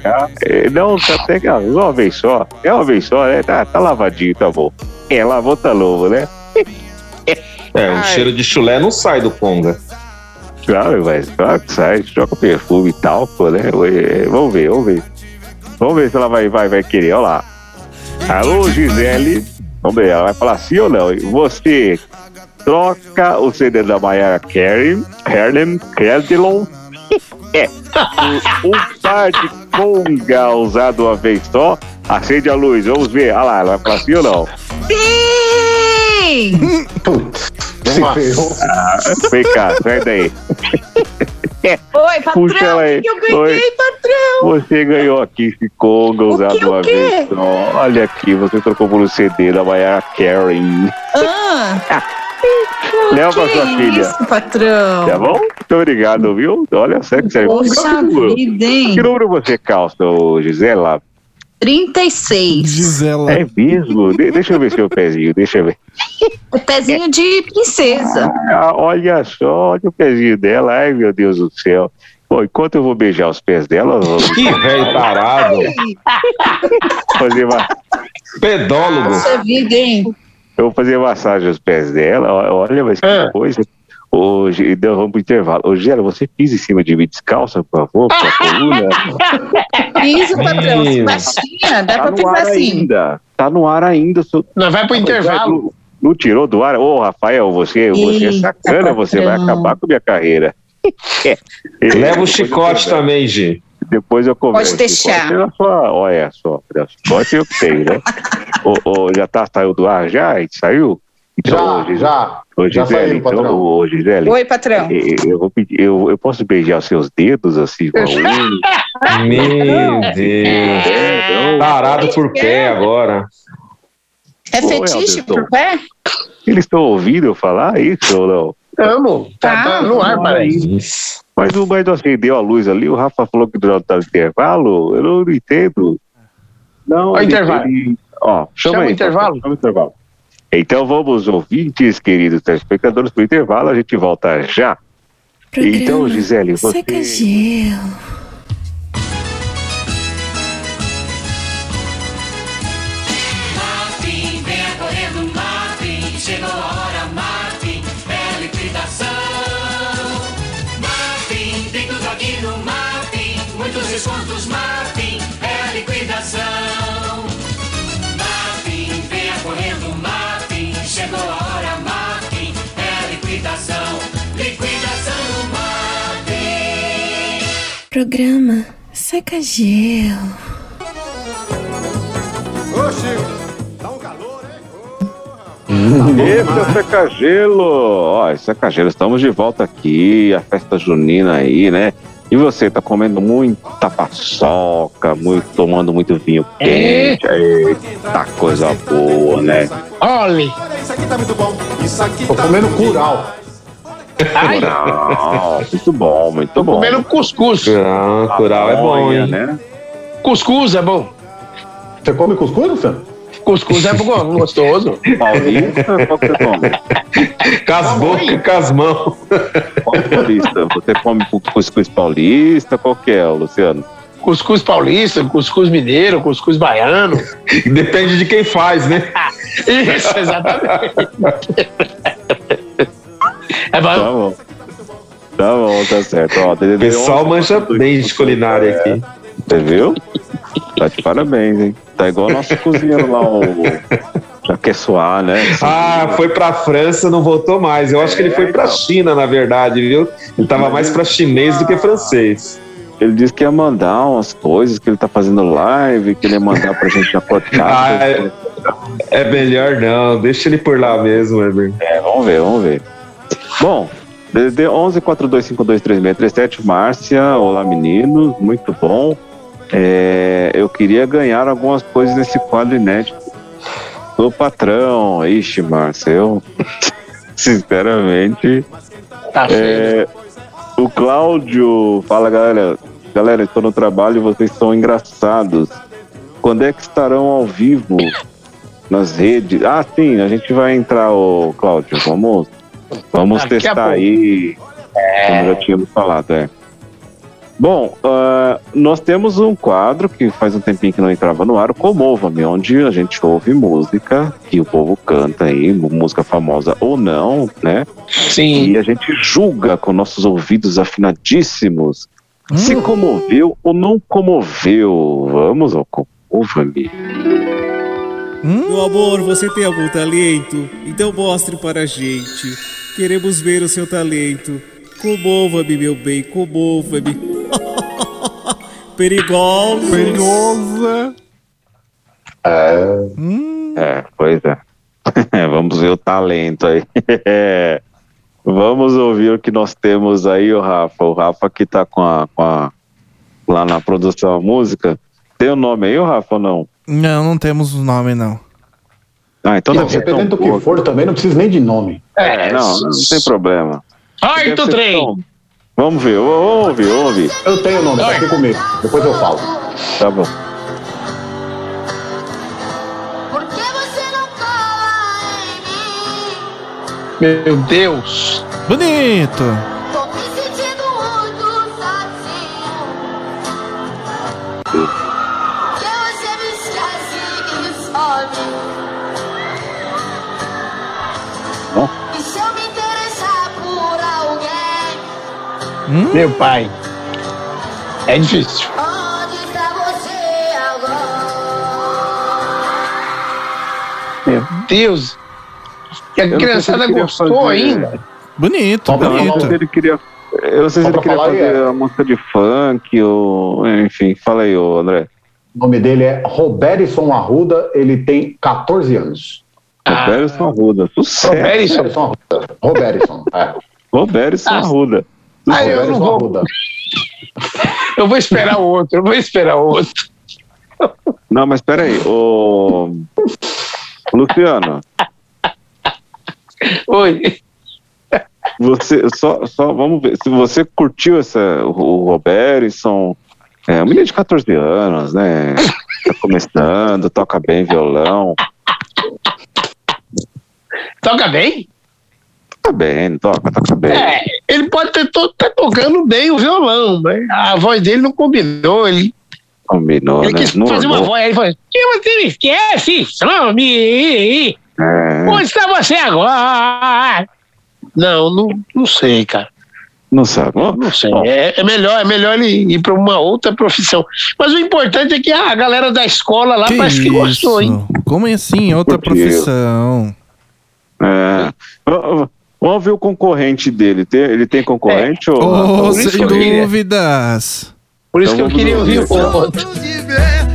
Speaker 4: É, Não, tá até que uma vez só. É uma vez só, né? Tá, tá lavadinho, tá bom. É, lavou, tá novo, né?
Speaker 3: É, o cheiro de chulé não sai do Conga.
Speaker 4: Claro, mas claro que sai, troca perfume e tal, pô, né? Ué, Vamos ver, vamos ver. Vamos ver se ela vai, vai, vai querer, olha lá. Alô, Gisele. Vamos ver, ela vai falar sim ou não. Você troca o CD da Mayara Carey, Harlem, Credilon. É. Um, um par de conga usado uma vez só. Acende a luz, vamos ver. Olha lá, ela vai falar sim ou não.
Speaker 8: Sim!
Speaker 9: Putz, se ferrou.
Speaker 4: Vem cá, sai daí.
Speaker 10: Oi, patrão,
Speaker 4: Puxa ela aí.
Speaker 10: o que eu ganhei,
Speaker 4: Oi.
Speaker 10: patrão?
Speaker 4: Você ganhou aqui esse Conga usado
Speaker 10: quê, o
Speaker 4: uma
Speaker 10: quê?
Speaker 4: vez só. Olha aqui, você trocou por um CD da Mayara Karen.
Speaker 8: Ah,
Speaker 4: Leva pra sua
Speaker 8: que
Speaker 4: filha.
Speaker 8: isso, patrão?
Speaker 4: Tá bom? Muito obrigado, viu? Olha, sério, que sério.
Speaker 8: Poxa
Speaker 4: Que número-
Speaker 8: vida, hein?
Speaker 4: que número você calça, ô Gisela?
Speaker 8: 36.
Speaker 7: Gisela.
Speaker 4: É mesmo? De- deixa eu ver seu pezinho, deixa eu ver.
Speaker 8: O pezinho de princesa.
Speaker 4: Ah, olha só, olha o pezinho dela. Ai, meu Deus do céu. Bom, enquanto eu vou beijar os pés dela, eu vou
Speaker 3: Que velho tarado.
Speaker 4: fazer uma
Speaker 3: Pedólogo.
Speaker 8: Nossa vida, hein?
Speaker 4: Eu vou fazer massagem aos pés dela. ó- Olha, mas que
Speaker 3: É.
Speaker 5: Ah.
Speaker 4: coisa. Hoje, deu vamos pro intervalo. Ô, Gera, você pisa em cima de mim descalça, por favor, pra coluna.
Speaker 10: Isso, patrão.
Speaker 3: Menino.
Speaker 10: Baixinha, dá
Speaker 4: Tá
Speaker 10: pra
Speaker 4: no
Speaker 10: pisar
Speaker 4: ar
Speaker 10: assim.
Speaker 4: ainda. Tá no ar ainda. seu-
Speaker 5: Nós vai pro intervalo.
Speaker 4: Não, não tirou do ar? Ô, Rafael, você, você é
Speaker 8: Eita,
Speaker 4: sacana, você vai
Speaker 8: patrão.
Speaker 4: acabar com a minha carreira. É. Eu-
Speaker 3: Leva o
Speaker 4: depois eu
Speaker 3: chicote
Speaker 4: converso.
Speaker 3: também, Gi.
Speaker 4: Depois eu converso.
Speaker 10: deixar.
Speaker 4: Chicote, Olha só, olha só. olha só, Chicote eu tenho, né? ô, ô, já tá, saiu do ar já? Saiu? Então,
Speaker 9: Já,
Speaker 4: Gisele,
Speaker 9: já.
Speaker 4: Ô,
Speaker 9: Já
Speaker 4: Gisele,
Speaker 9: saiu,
Speaker 4: então,
Speaker 9: patrão.
Speaker 4: ô, Gisele,
Speaker 10: Oi, patrão.
Speaker 4: Eh, Eu, vou pedir, eu, eu posso beijar os seus dedos assim com a unha?
Speaker 3: Meu Deus.
Speaker 4: É, não.
Speaker 3: Tarado por pé agora.
Speaker 10: É
Speaker 4: Ô,
Speaker 10: fetiche
Speaker 4: Elderson.
Speaker 10: por pé?
Speaker 4: Eles estão ouvindo eu falar isso ou não?
Speaker 5: Tamo. Tá, tá no ar, paraíso.
Speaker 3: Isso.
Speaker 4: Mas o mas não acendeu a luz ali, o Rafa falou que não tá no intervalo, eu não entendo. Não,
Speaker 5: Ó,
Speaker 4: ele-
Speaker 5: intervalo.
Speaker 4: ele- ó, um chama,
Speaker 5: Chama o
Speaker 4: aí,
Speaker 5: intervalo.
Speaker 4: Chama o intervalo. Então vamos, ouvintes, queridos telespectadores, para o intervalo, a gente volta já. então, Gisele, você.
Speaker 2: É Programa Seca Gelo.
Speaker 5: Uhum.
Speaker 4: Esse é o Secagelo! Ó, Secagelo, estamos de volta aqui, a festa junina aí, né? E você tá comendo muita paçoca, muito, tomando muito vinho
Speaker 5: É.
Speaker 4: quente, eita coisa boa, né?
Speaker 5: Olhe.
Speaker 9: Tô comendo curau.
Speaker 5: Ai,
Speaker 4: Não, Ah, muito bom, muito bom. Ah, é
Speaker 5: comendo cuscuz. né?
Speaker 4: né?
Speaker 3: Cural, cural é bom,
Speaker 4: Olha,
Speaker 3: hein?
Speaker 4: né?
Speaker 5: Cuscuz é bom.
Speaker 9: Você come cuscuz, Luciano?
Speaker 5: Cuscuz é bom, gostoso.
Speaker 4: Paulista, qual que você come?
Speaker 3: Casboca, casmão.
Speaker 4: Qual Tá paulista? Você come cu- cuscuz paulista? Qual que é, Luciano?
Speaker 5: Cuscuz paulista, cuscuz mineiro, cuscuz baiano.
Speaker 3: Depende de quem faz, né?
Speaker 5: Isso, exatamente. É
Speaker 4: Tá
Speaker 5: bom.
Speaker 4: bom. Tá bom, tá certo. Ó,
Speaker 3: O pessoal manja bem de culinária aqui.
Speaker 4: Você viu? Tá de parabéns, hein? Tá igual o nosso cozinheiro lá, o. Jaquessoar, né?
Speaker 3: Ah, foi pra França, não voltou mais. Eu acho que ele foi
Speaker 4: É, então.
Speaker 3: pra China, na verdade, viu? Ele tava mais pra chinês do que francês.
Speaker 4: Ele disse que ia mandar umas coisas, que ele tá fazendo live, que ele ia mandar pra gente na podcast.
Speaker 3: Ah, é, é melhor não. Deixa ele por lá mesmo, Eber.
Speaker 4: É, vamos ver, vamos ver. Bom, DDD 11 42523637, Márcia, olá meninos, muito bom. É, eu queria ganhar algumas coisas nesse quadro inédito do patrão. Ixi, Márcia, eu sinceramente
Speaker 5: Tá feio.
Speaker 4: é, o Cláudio fala, galera. Galera, estou no trabalho e vocês são engraçados. Quando é que estarão ao vivo nas redes? Ah, sim, a gente vai entrar, o Cláudio. Vamos, vamos
Speaker 5: Daqui a
Speaker 4: testar
Speaker 5: pouco. É.
Speaker 4: aí. Como já tínhamos falado, é. Bom, ah, nós temos um quadro que faz um tempinho que não entrava no ar, o Comova-me, onde a gente ouve música que o povo canta aí, música famosa ou não, né?
Speaker 5: Sim.
Speaker 4: E a gente julga com nossos ouvidos afinadíssimos se
Speaker 5: Hum.
Speaker 4: comoveu ou não comoveu. Vamos ao comova-me.
Speaker 6: Meu amor, você tem algum talento? Então mostre para a gente. Queremos ver o seu talento. Comova-me, meu bem, comova-me. Perigoso.
Speaker 7: Perigosa. Hum,
Speaker 4: É, pois é. Vamos ver o talento aí. Vamos ouvir o que nós temos aí, o Rafa. O Rafa que tá com a, com a- lá na produção a música. Tem o nome aí, o Rafa, ou não?
Speaker 7: não, não temos o nome, não.
Speaker 4: Ah, então
Speaker 9: Não,
Speaker 4: deve ser tão
Speaker 9: dependendo do
Speaker 4: boa.
Speaker 9: que for também, não precisa nem de nome.
Speaker 5: É,
Speaker 4: Não, não tem problema. Deve
Speaker 5: Oito
Speaker 4: ser
Speaker 5: trem.
Speaker 4: tão- Vamos ver, vamos ouvir, vamos ouvir.
Speaker 9: Eu tenho nome, tá aqui comigo. Depois eu falo.
Speaker 4: Tá bom.
Speaker 2: Por que você não cola em mim?
Speaker 5: Meu Deus.
Speaker 7: Bonito.
Speaker 2: Tô me sentindo muito sozinho. Que você me esquece e some. E se eu me interessar por alguém,
Speaker 5: Meu pai. É difícil.
Speaker 2: onde está você agora?
Speaker 5: Meu Deus. E a
Speaker 4: não sei se
Speaker 5: criançada
Speaker 4: ele queria
Speaker 5: gostou
Speaker 4: fazer-
Speaker 5: ainda.
Speaker 7: Bonito,
Speaker 9: Só pra
Speaker 4: Eu não sei se
Speaker 7: bonito.
Speaker 4: ele queria. Eu não sei se
Speaker 9: Só
Speaker 4: ele
Speaker 9: pra
Speaker 4: queria
Speaker 9: falar aí,
Speaker 4: fazer
Speaker 9: é.
Speaker 4: a música de funk ou. Enfim, fala aí, ô André.
Speaker 9: O nome dele é Robertson Arruda, ele tem 14 anos.
Speaker 5: Ah.
Speaker 4: Roberto Arruda. Sucesso.
Speaker 5: É isso.
Speaker 9: Robertson Arruda. Robertson, é.
Speaker 4: Roberto
Speaker 5: Ah.
Speaker 4: Arruda.
Speaker 5: Ah, eu não
Speaker 9: Robertson
Speaker 5: vou.
Speaker 9: Arruda.
Speaker 5: Eu vou esperar o outro, eu vou esperar o outro.
Speaker 4: Não, mas peraí. Ô. Luciano,
Speaker 5: Oi.
Speaker 4: você só, só vamos ver. Se você curtiu essa, o Robertson, é um menino de 14 anos, né? Tá começando, toca bem violão.
Speaker 5: Toca bem?
Speaker 4: Toca bem, não toca, toca bem.
Speaker 5: É, ele pode ter to tá tocando bem o violão, mas a voz dele não combinou. Ele,
Speaker 4: Combinou,
Speaker 5: ele
Speaker 4: né?
Speaker 5: quis
Speaker 4: Não
Speaker 5: fazer uma
Speaker 4: ornou.
Speaker 5: voz, aí ele falou: que você me esquece, some,
Speaker 4: É.
Speaker 5: onde está você agora? Não, não, não sei, cara.
Speaker 4: Não sabe. Ó,
Speaker 5: Não sei.
Speaker 4: ó,
Speaker 5: É, é melhor, é melhor ele ir para uma outra profissão. Mas o importante é que a galera da escola lá parece que gostou, hein?
Speaker 7: Como assim? Outra
Speaker 4: Curtiu.
Speaker 7: profissão.
Speaker 4: É. Ó, ó, Vamos ver o concorrente dele. Tem- Ele tem concorrente? Ô,
Speaker 7: Oh,
Speaker 4: Rafa?
Speaker 5: isso
Speaker 7: sem
Speaker 5: que eu queria.
Speaker 7: dúvidas.
Speaker 5: Por isso
Speaker 4: Então
Speaker 5: que eu
Speaker 4: vamos
Speaker 5: queria ouvir o outro.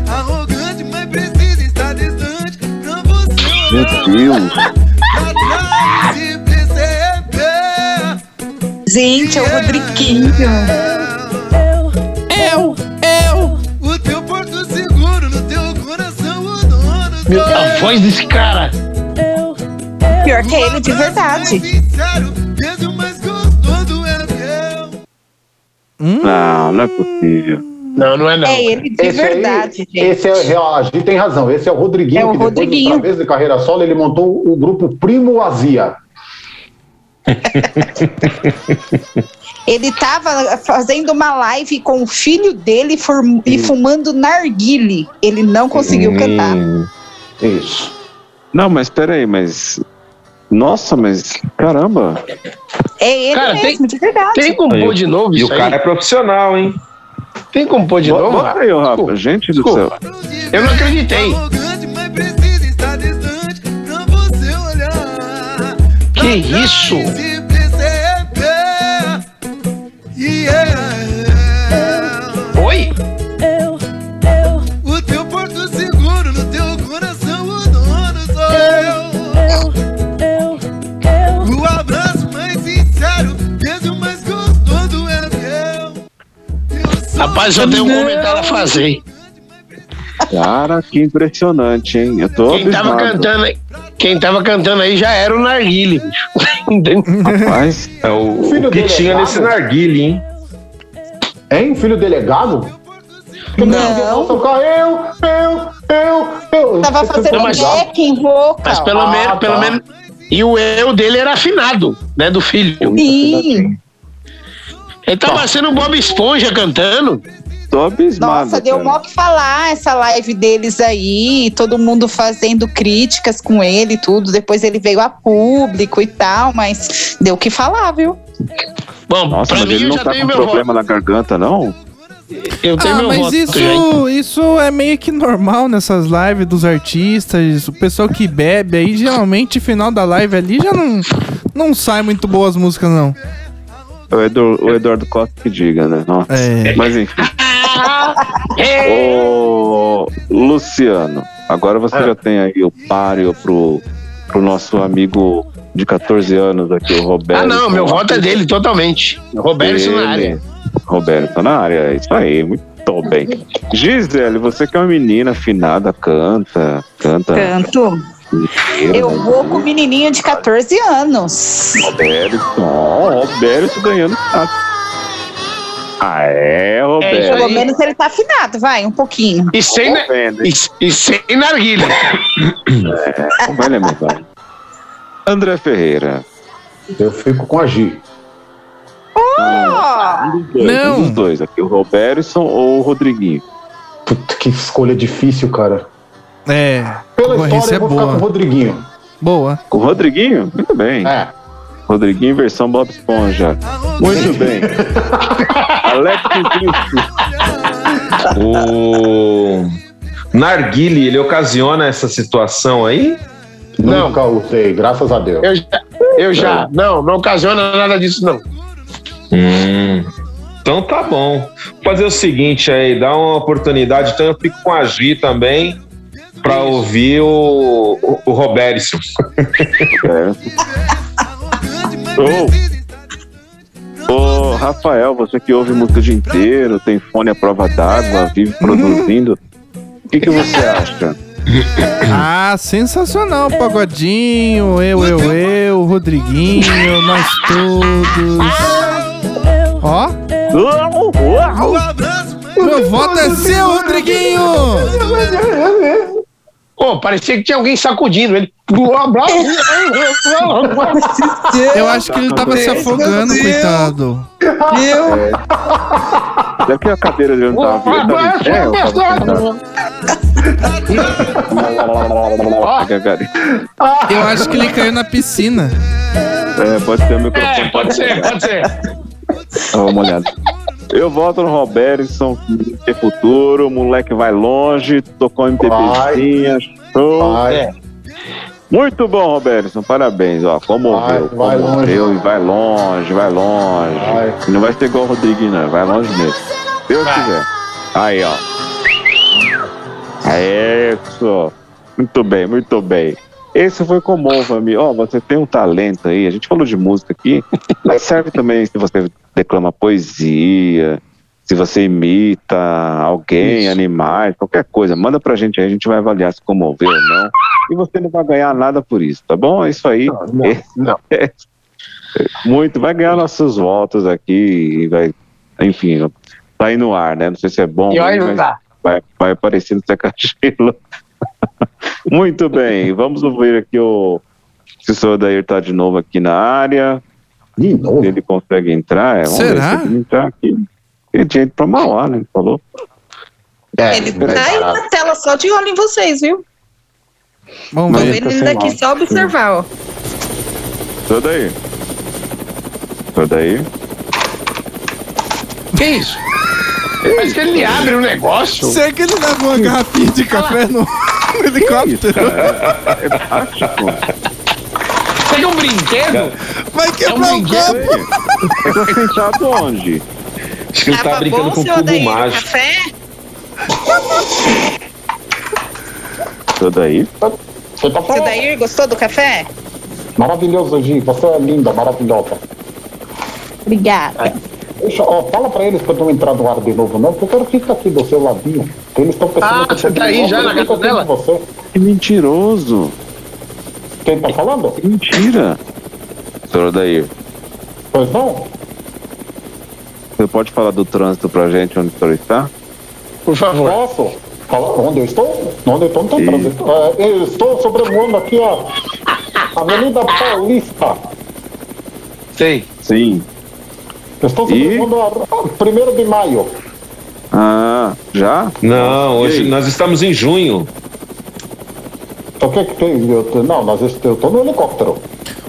Speaker 6: arrogante, mas precisa estar distante. Não você
Speaker 4: Meu Deus.
Speaker 6: atrás de perceber.
Speaker 8: Gente, é o Rodriguinho.
Speaker 7: Eu, eu.
Speaker 6: O teu porto seguro, no teu coração, o dono.
Speaker 5: Meu, a voz desse cara.
Speaker 10: Pior que é ele de verdade.
Speaker 6: Sincero, mesmo mais gostoso é meu.
Speaker 7: Hum.
Speaker 4: Não, não é possível.
Speaker 5: Não, não é não.
Speaker 10: É ele de
Speaker 9: Esse aí-
Speaker 10: verdade, gente.
Speaker 9: Esse é, a Gi tem razão. Esse é o Rodriguinho,
Speaker 10: É o
Speaker 9: que depois
Speaker 10: Rodriguinho.
Speaker 9: dos Travês de carreira solo, ele montou o grupo Primo Azia.
Speaker 10: Ele tava fazendo uma live com o filho dele fum- e fumando narguile. Ele não conseguiu cantar.
Speaker 4: Hum.
Speaker 9: Isso.
Speaker 4: Não, mas peraí, mas. Nossa, mas. Caramba!
Speaker 10: É ele
Speaker 5: Cara,
Speaker 10: mesmo, de verdade.
Speaker 5: Tem como pôr de novo
Speaker 3: E
Speaker 5: isso
Speaker 3: o cara
Speaker 5: aí?
Speaker 3: é profissional, hein?
Speaker 5: Tem como pôr de
Speaker 4: Bo-
Speaker 5: novo?
Speaker 4: Bota aí, ô, Rafa.
Speaker 5: Desculpa.
Speaker 4: Gente do
Speaker 5: Desculpa.
Speaker 4: céu.
Speaker 5: Eu não acreditei. Que isso?
Speaker 1: é.
Speaker 5: Oi?
Speaker 1: O teu porto seguro no teu coração, o dono sou eu. O abraço mais sincero, beijo mais gostoso é teu.
Speaker 5: Rapaz, eu tenho um comentário a fazer. hein?
Speaker 4: Cara, que impressionante, hein? Eu tô
Speaker 5: Quem tava
Speaker 4: abismado.
Speaker 5: cantando aí, quem tava cantando aí já era o Narguile, bicho. Entendeu?
Speaker 4: Rapaz,
Speaker 3: É o,
Speaker 9: O filho
Speaker 3: o que
Speaker 9: dele é
Speaker 3: tinha
Speaker 9: gago?
Speaker 3: nesse narguile, hein?
Speaker 9: Hein? Filho é delegado?
Speaker 10: Não.
Speaker 9: Eu, eu, eu, eu.
Speaker 10: Tava
Speaker 9: Você
Speaker 10: fazendo
Speaker 9: tá
Speaker 5: mas-
Speaker 9: ligado?
Speaker 10: backing vocal.
Speaker 5: Mas pelo
Speaker 9: Ah,
Speaker 5: menos,
Speaker 9: tá.
Speaker 5: pelo menos. E o eu dele era afinado, né? Do filho.
Speaker 10: Sim.
Speaker 5: Ele tava sendo o Bob Esponja cantando.
Speaker 4: tô abismado.
Speaker 10: Nossa, deu
Speaker 4: cara.
Speaker 10: mó que falar essa live deles aí, todo mundo fazendo críticas com ele e tudo. Depois ele veio a público e tal, mas deu o que falar, viu?
Speaker 5: Bom,
Speaker 4: Nossa,
Speaker 5: pra
Speaker 4: mas
Speaker 5: mim
Speaker 4: ele
Speaker 5: eu
Speaker 4: não
Speaker 5: já
Speaker 4: tá
Speaker 5: tenho
Speaker 4: com
Speaker 5: meu voto.
Speaker 4: problema na garganta, não?
Speaker 5: Eu tenho
Speaker 7: Ah,
Speaker 5: meu
Speaker 7: mas
Speaker 5: voto. já, hein?
Speaker 7: isso, isso é meio que normal nessas lives dos artistas. O pessoal que bebe aí, geralmente, final da live ali já não, não sai muito boas músicas, não.
Speaker 4: É O, Edu- o Eduardo Costa que diga, né? Nossa.
Speaker 7: É.
Speaker 4: Mas enfim.
Speaker 5: É,
Speaker 4: Ô, Luciano, agora você já tem aí o páreo pro, pro nosso amigo de 14 anos aqui, o Roberto.
Speaker 5: Ah, não, meu voto é dele, totalmente. Roberto na área.
Speaker 4: Roberto na área, é isso aí, muito bem. Gisele, você que é uma menina afinada, canta, canta.
Speaker 8: Canto.
Speaker 10: Eu vou com o menininho de 14 anos.
Speaker 4: Roberto, ó, Roberto ganhando. Ah, Ah, é,
Speaker 5: isso
Speaker 4: Roberto.
Speaker 10: Pelo
Speaker 5: Aí.
Speaker 10: menos ele tá afinado, vai, um pouquinho.
Speaker 5: E sem, na-
Speaker 4: Roberto,
Speaker 5: e, e sem narguilha.
Speaker 4: Olha, é meu pai. André Ferreira.
Speaker 9: Eu fico com a Gi.
Speaker 10: Ó,
Speaker 4: Um dos dois,
Speaker 7: Não.
Speaker 4: um dos dois aqui, o Robertson ou o Rodriguinho.
Speaker 9: Puta, que escolha difícil, cara.
Speaker 7: É,
Speaker 9: Pela
Speaker 7: concorrência
Speaker 9: história,
Speaker 7: é
Speaker 9: eu vou ficar com o
Speaker 7: boa.
Speaker 9: Rodriguinho.
Speaker 7: Boa.
Speaker 4: O Rodriguinho? Muito bem.
Speaker 9: É.
Speaker 4: Rodriguinho versão Bob Esponja. Muito bem. Alex Cristo.
Speaker 3: O narguile, ele ocasiona essa situação aí?
Speaker 5: Não.
Speaker 9: Nunca usei, graças a Deus.
Speaker 5: Eu já. Eu
Speaker 4: Ah.
Speaker 5: já. Não, não ocasiona nada disso, não.
Speaker 3: Hum. Então tá bom. Vou fazer o seguinte aí, dá uma oportunidade. Então eu fico com a Gi também pra ouvir o, o, o Robertson.
Speaker 4: Ô, Ô, Rafael, você que ouve música o dia inteiro, tem fone à prova d'água, vive produzindo. O que, que você acha?
Speaker 7: Ah, sensacional. Pagodinho, eu, eu, eu, Rodriguinho, nós todos. Ó, meu voto é seu, Rodriguinho!
Speaker 5: é, Ô, parecia que tinha alguém sacudindo ele.
Speaker 7: Eu acho que ele tava se afogando, coitado.
Speaker 4: É. Já que a cadeira tá dele não tava virando, ele
Speaker 5: é,
Speaker 4: tava
Speaker 2: é
Speaker 4: em pé, é, eu tava sentado.
Speaker 7: Eu acho que ele caiu na piscina.
Speaker 4: É, pode ser o microfone.
Speaker 5: É, pode ser, pode ser.
Speaker 4: Dá uma olhada. Eu volto no Robertson, tem futuro, o moleque vai longe, tocou MPBzinha, show.
Speaker 9: Vai,
Speaker 4: Muito bom, Robertson, parabéns, ó, comoveu,
Speaker 9: Vai, vai
Speaker 4: comoveu e vai longe, vai longe.
Speaker 9: Vai.
Speaker 4: E Não vai ser igual o Rodriguinho, não, vai longe mesmo. Deus quiser. Aí, ó. É isso. Muito bem, muito bem. Esse foi Comova-me. Ó, você tem um talento aí. A gente falou de música aqui, mas serve também se você declama poesia, se você imita alguém, animais, qualquer coisa. Manda pra gente aí, a gente vai avaliar se comoveu ou não. E você não vai ganhar nada por isso, tá bom? É isso aí.
Speaker 5: não.
Speaker 4: Muito. Vai ganhar nossos votos aqui. Vai, enfim, tá tá aí no ar, né? Não sei se é bom.
Speaker 5: E olha,
Speaker 4: ruim,
Speaker 5: não
Speaker 4: mas
Speaker 5: tá.
Speaker 4: vai, vai aparecendo essa cachila. Muito bem, vamos ouvir aqui o. Se o senhor Dair tá de novo aqui na área.
Speaker 9: De novo.
Speaker 4: Se ele consegue entrar, é, vamos ver
Speaker 7: Será?
Speaker 4: se ele entrar aqui. Ele tinha ido pra Mauá, né? Ele falou.
Speaker 9: É,
Speaker 8: Ele
Speaker 9: é,
Speaker 8: tá aí
Speaker 9: cara.
Speaker 8: na tela só de olho em vocês, viu?
Speaker 7: Vamos
Speaker 8: Tô
Speaker 7: ver.
Speaker 8: vendo
Speaker 9: tá
Speaker 8: ele
Speaker 9: sem
Speaker 8: daqui
Speaker 9: áudio.
Speaker 8: só observar, ó.
Speaker 4: Senhor Dair. Senhor Dair.
Speaker 5: Que isso? Parece que ele abre um negócio.
Speaker 7: Será que ele leva uma garrafinha de café no, no helicóptero?
Speaker 4: Tipo,
Speaker 5: Pega um brinquedo.
Speaker 7: Vai quebrar
Speaker 5: um
Speaker 7: o
Speaker 5: brinquedo.
Speaker 7: copo!
Speaker 4: eu tô sentado onde?
Speaker 3: Acho que ele tá brincando com um
Speaker 8: senhor
Speaker 3: cubo
Speaker 8: Daí, no
Speaker 3: mágico.
Speaker 8: café?
Speaker 4: Senhor Dair.
Speaker 9: Você tá
Speaker 8: Seu
Speaker 9: falando.
Speaker 8: Dair gostou do café?
Speaker 9: Maravilhoso, Gi. Você é linda, maravilhosa.
Speaker 10: Obrigada.
Speaker 5: É.
Speaker 9: Deixa, ó, fala pra eles pra eu não entrar no ar de novo, não, porque eu quero ficar aqui do seu ladinho. que Eles estão pensando
Speaker 5: Ah,
Speaker 9: que eu
Speaker 5: você tá aí
Speaker 9: louco,
Speaker 5: já
Speaker 9: eu
Speaker 5: na
Speaker 9: nunca
Speaker 5: casa
Speaker 9: tive
Speaker 5: dela?
Speaker 9: Você.
Speaker 4: Que mentiroso.
Speaker 9: Quem tá falando?
Speaker 4: Mentira. Senhor Dair.
Speaker 9: Pois não?
Speaker 4: Você pode falar do trânsito pra gente onde o senhor está?
Speaker 5: Por favor.
Speaker 9: Posso? Fala onde eu estou? Onde eu estou não tem
Speaker 4: Sim.
Speaker 9: trânsito. É, eu estou sobrevoando aqui a Avenida Paulista.
Speaker 5: Sei.
Speaker 4: Sim.
Speaker 9: Eu estou um
Speaker 4: E?
Speaker 9: sobrevoando a, a primeiro de maio.
Speaker 4: Ah, já?
Speaker 3: Não,
Speaker 4: E
Speaker 3: hoje
Speaker 4: aí?
Speaker 3: nós estamos em junho.
Speaker 9: Então o que que tem? Eu tô- não, mas eu estou eu tô no helicóptero.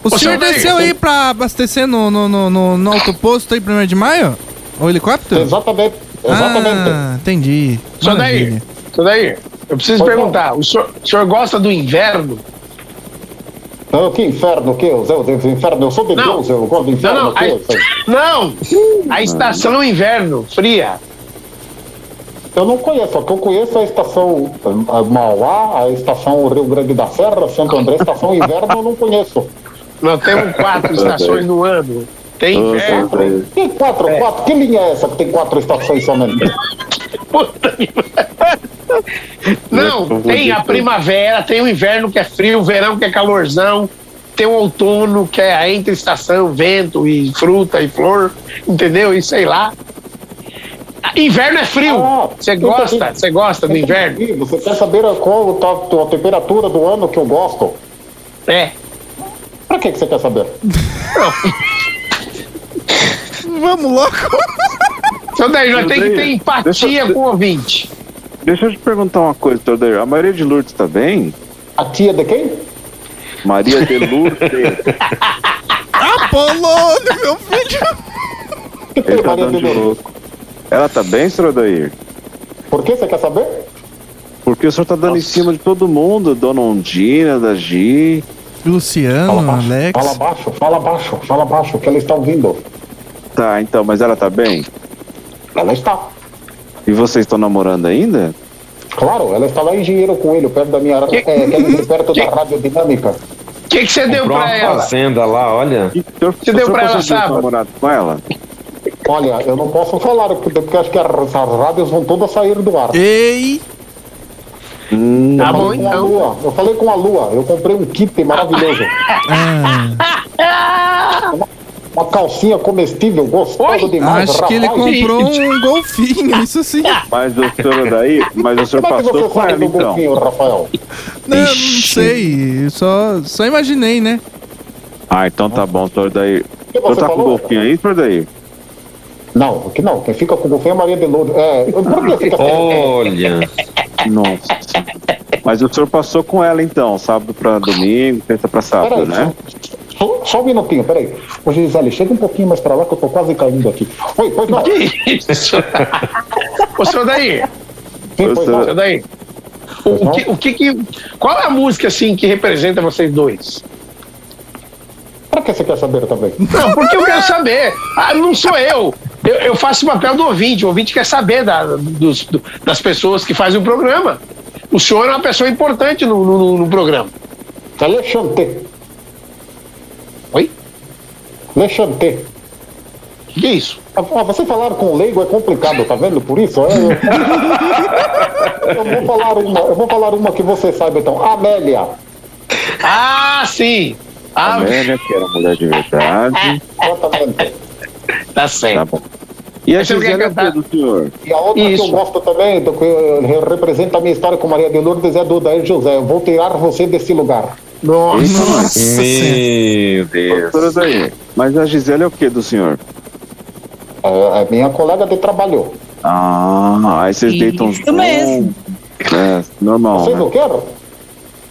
Speaker 7: O
Speaker 5: Ô,
Speaker 7: senhor
Speaker 5: senhor,
Speaker 7: desceu
Speaker 5: vem.
Speaker 7: aí pra abastecer no, no, no, no, no autoposto aí, 1 de maio? O helicóptero?
Speaker 9: Exatamente. Exatamente.
Speaker 7: Ah, entendi.
Speaker 5: Só daí.
Speaker 7: Maravilha.
Speaker 5: Isso daí. Eu preciso
Speaker 9: Pois
Speaker 5: perguntar. O senhor, o senhor gosta do inverno?
Speaker 9: Não, que inferno, que eu, eu, eu, inferno, eu sou de
Speaker 5: Não.
Speaker 9: Deus, eu gosto de inferno,
Speaker 5: Não, não,
Speaker 9: que
Speaker 5: aí-
Speaker 9: eu, sei.
Speaker 5: Não.
Speaker 4: Ah.
Speaker 5: A estação é inverno, fria.
Speaker 9: Eu não conheço, o que eu conheço é a estação eh, Mauá, a estação Rio Grande da Serra, Santo André, estação Inverno, eu não conheço.
Speaker 5: Nós temos um quatro estações no ano. Tem É.
Speaker 4: Ô,
Speaker 5: inverno.
Speaker 4: senhor Dair.
Speaker 9: E quatro, quatro, que linha é essa que tem quatro estações somente?
Speaker 5: Puta que pariu. Não, tem a primavera, tem o inverno que é frio, o verão que é calorzão, tem o outono que é a entre-estação, vento e fruta e flor, entendeu? E sei lá. Ah, Inverno é frio.
Speaker 9: Ah,
Speaker 5: Você
Speaker 9: entendi.
Speaker 5: gosta? Você gosta do inverno?
Speaker 9: Ih, Você quer saber qual tá- a temperatura do ano que eu gosto?
Speaker 5: É.
Speaker 9: Pra que, que você quer saber?
Speaker 7: Vamos logo.
Speaker 5: Então daí nós
Speaker 4: Eu
Speaker 5: temos que ter
Speaker 4: tenho.
Speaker 5: empatia
Speaker 4: Deixa eu-
Speaker 5: com o ouvinte.
Speaker 4: Deixa eu te perguntar uma coisa, senhor Dair. A Maria de Lourdes tá bem?
Speaker 9: A tia de quem?
Speaker 4: Maria de Lourdes.
Speaker 7: Apolônio, meu filho.
Speaker 9: Que tem
Speaker 4: Ele tá
Speaker 9: Maria
Speaker 4: dando
Speaker 9: de
Speaker 4: de
Speaker 9: Lourdes?
Speaker 4: louco. Ela tá bem, senhor Dair?
Speaker 9: Por que você quer saber?
Speaker 4: Porque o senhor tá dando em cima de todo mundo, Dona Ondina, da Gi.
Speaker 9: Fala
Speaker 7: Luciano,
Speaker 9: baixo,
Speaker 7: Alex.
Speaker 9: fala baixo, fala baixo, fala baixo, que ela está ouvindo.
Speaker 4: Tá, então, mas ela tá bem?
Speaker 9: Ela está.
Speaker 4: E vocês estão namorando ainda?
Speaker 9: Claro, ela está lá em Engenheiro Coelho, perto da minha...
Speaker 5: Que-
Speaker 9: É, quer dizer, perto da radiodinâmica.
Speaker 5: O que, que você deu
Speaker 3: Comprou uma
Speaker 5: pra ela?
Speaker 3: fazenda lá, olha.
Speaker 4: E o senhor,
Speaker 5: Você deu pra ela
Speaker 4: conseguiu
Speaker 5: sábado?
Speaker 4: namorado com ela?
Speaker 9: Olha, eu não posso falar, porque porque acho que as rádios vão todas sair do ar.
Speaker 7: Ei,
Speaker 4: Hum,
Speaker 5: Tá
Speaker 9: Eu
Speaker 5: bom,
Speaker 9: falei com
Speaker 5: então.
Speaker 9: a Lua, Eu falei com a Lua, eu comprei um kit maravilhoso.
Speaker 5: tá?
Speaker 9: Uma- Uma calcinha comestível, gostosa
Speaker 5: Oi?
Speaker 9: demais,
Speaker 7: acho que ele
Speaker 9: rapaz.
Speaker 7: comprou um golfinho, isso sim.
Speaker 4: mas o senhor daí, mas o senhor
Speaker 9: Como é que
Speaker 4: passou
Speaker 9: você
Speaker 4: com
Speaker 9: sabe
Speaker 4: ela,
Speaker 9: do
Speaker 4: então?
Speaker 9: golfinho, Rafael?
Speaker 7: Não, não
Speaker 4: Ixi.
Speaker 7: sei, eu só, só imaginei, né?
Speaker 4: Ah, então tá bom, senhor daí.
Speaker 9: O que
Speaker 4: O senhor
Speaker 9: você
Speaker 4: tá com o
Speaker 9: falou?
Speaker 4: golfinho aí, senhor daí?
Speaker 9: Não, que não. Quem fica com o golfinho é a Maria de Lourdes. É, por que fica
Speaker 3: Olha.
Speaker 4: Nossa. Mas o senhor passou com ela então, sábado pra domingo, terça pra sábado,
Speaker 9: Peraí,
Speaker 4: né?
Speaker 9: só- só,
Speaker 7: Oh.
Speaker 9: só um minutinho, peraí. Ô Gisele, chega um pouquinho mais pra lá que eu tô quase caindo aqui. Oi, pois não. Sim,
Speaker 5: Isso. Ô, senhor daí.
Speaker 9: pois não.
Speaker 5: Seu Daí, o, que, o que que- Qual é a música, assim, que representa vocês dois?
Speaker 9: Pra que você quer saber também?
Speaker 5: Não, porque eu quero saber. Ah, não sou eu. Eu, eu faço o papel do ouvinte. O ouvinte quer saber da- dos- do- das pessoas que fazem o programa. O senhor é uma pessoa importante no, no- no programa. Tá
Speaker 9: É Le Chanté.
Speaker 5: Oi?
Speaker 9: Le Chanté.
Speaker 5: O que é isso?
Speaker 9: Ah, você falar com leigo é complicado, tá vendo? Por isso, é, eu... eu vou falar uma, eu vou falar uma que você saiba então. Amélia.
Speaker 5: Ah, sim. Ah,
Speaker 4: né, Amélia, que era mulher de verdade.
Speaker 9: Ah, Exatamente.
Speaker 5: tá
Speaker 4: Tá
Speaker 5: certo.
Speaker 4: bom. E a
Speaker 5: Você não quer
Speaker 4: Gisele é o
Speaker 5: cantar?
Speaker 4: quê do senhor?
Speaker 9: E a outra
Speaker 5: Isso.
Speaker 9: que eu gosto também, do que eh, representa a minha história com Maria de Lourdes, é do Daí José. Eu vou tirar você desse lugar.
Speaker 5: Nossa.
Speaker 7: Nossa Senhora.
Speaker 3: Meu Deus.
Speaker 4: Todas aí. Mas a Gisele é o que do senhor?
Speaker 9: É, é minha colega de trabalho. Hum.
Speaker 4: Ah, aí vocês
Speaker 8: Isso
Speaker 4: deitam junto.
Speaker 8: mesmo.
Speaker 4: É, normal,
Speaker 9: Vocês
Speaker 4: né?
Speaker 9: não querem?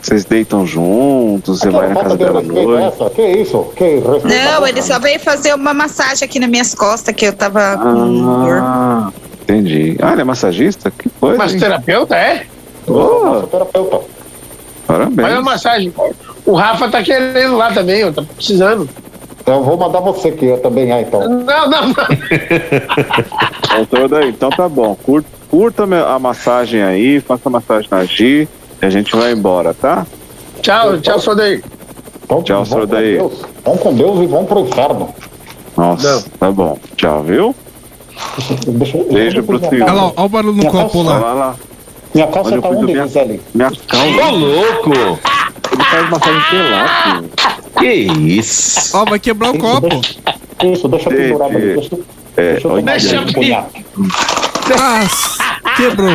Speaker 4: Vocês deitam juntos, você
Speaker 9: Aquela
Speaker 4: vai na
Speaker 9: falta
Speaker 4: casa
Speaker 9: de
Speaker 4: dela à
Speaker 9: respeito é
Speaker 4: noite.
Speaker 9: essa? Que isso? Que
Speaker 8: Não, ele só veio fazer uma massagem aqui nas minhas costas, que eu tava com dor.
Speaker 4: Ah, entendi. Ah, ele é massagista? Que coisa,
Speaker 5: Mas
Speaker 4: hein?
Speaker 5: terapeuta, é?
Speaker 4: Oh,
Speaker 9: Terapeuta. é
Speaker 4: parabéns.
Speaker 5: Faz uma massagem. O Rafa tá querendo lá também, ó, tá precisando.
Speaker 9: Então eu vou mandar você que eu também é, então.
Speaker 5: Não, não, não.
Speaker 4: Então, toda aí. Então tá bom. Cur- Curta a massagem aí, faça a massagem na G e a gente vai embora, tá?
Speaker 5: Tchau, tchau, sou daí.
Speaker 9: então
Speaker 4: Tchau,
Speaker 9: vão
Speaker 4: senhor
Speaker 9: com
Speaker 4: daí.
Speaker 9: Deus. Vão com Deus e vão pro inferno.
Speaker 4: Nossa,
Speaker 5: Não.
Speaker 4: tá bom. Tchau, viu?
Speaker 9: Deixa, eu-
Speaker 4: Beijo
Speaker 9: deixa eu
Speaker 4: pro
Speaker 9: ver
Speaker 4: tio.
Speaker 9: minha
Speaker 7: Olha lá,
Speaker 9: calça.
Speaker 7: olha o barulho no
Speaker 9: Minha
Speaker 7: copo
Speaker 9: calça.
Speaker 7: lá.
Speaker 4: Vai lá.
Speaker 9: Minha calça
Speaker 4: Olha,
Speaker 9: tá
Speaker 4: eu fui
Speaker 9: onde,
Speaker 4: dormir.
Speaker 9: Gisele?
Speaker 4: Minha
Speaker 5: Tá
Speaker 3: Ô,
Speaker 4: calma.
Speaker 3: louco!
Speaker 4: Ele faz massagem pelado.
Speaker 3: Que isso?
Speaker 7: Ó, vai quebrar o copo.
Speaker 9: Isso, deixa
Speaker 4: Ei,
Speaker 9: pendurado ali.
Speaker 4: ei.
Speaker 9: Deixa,
Speaker 4: É,
Speaker 9: deixa eu
Speaker 4: olha
Speaker 9: tomar
Speaker 4: que
Speaker 5: Deixa
Speaker 9: um
Speaker 5: eu-
Speaker 9: punhado.
Speaker 7: Ah, quebrou.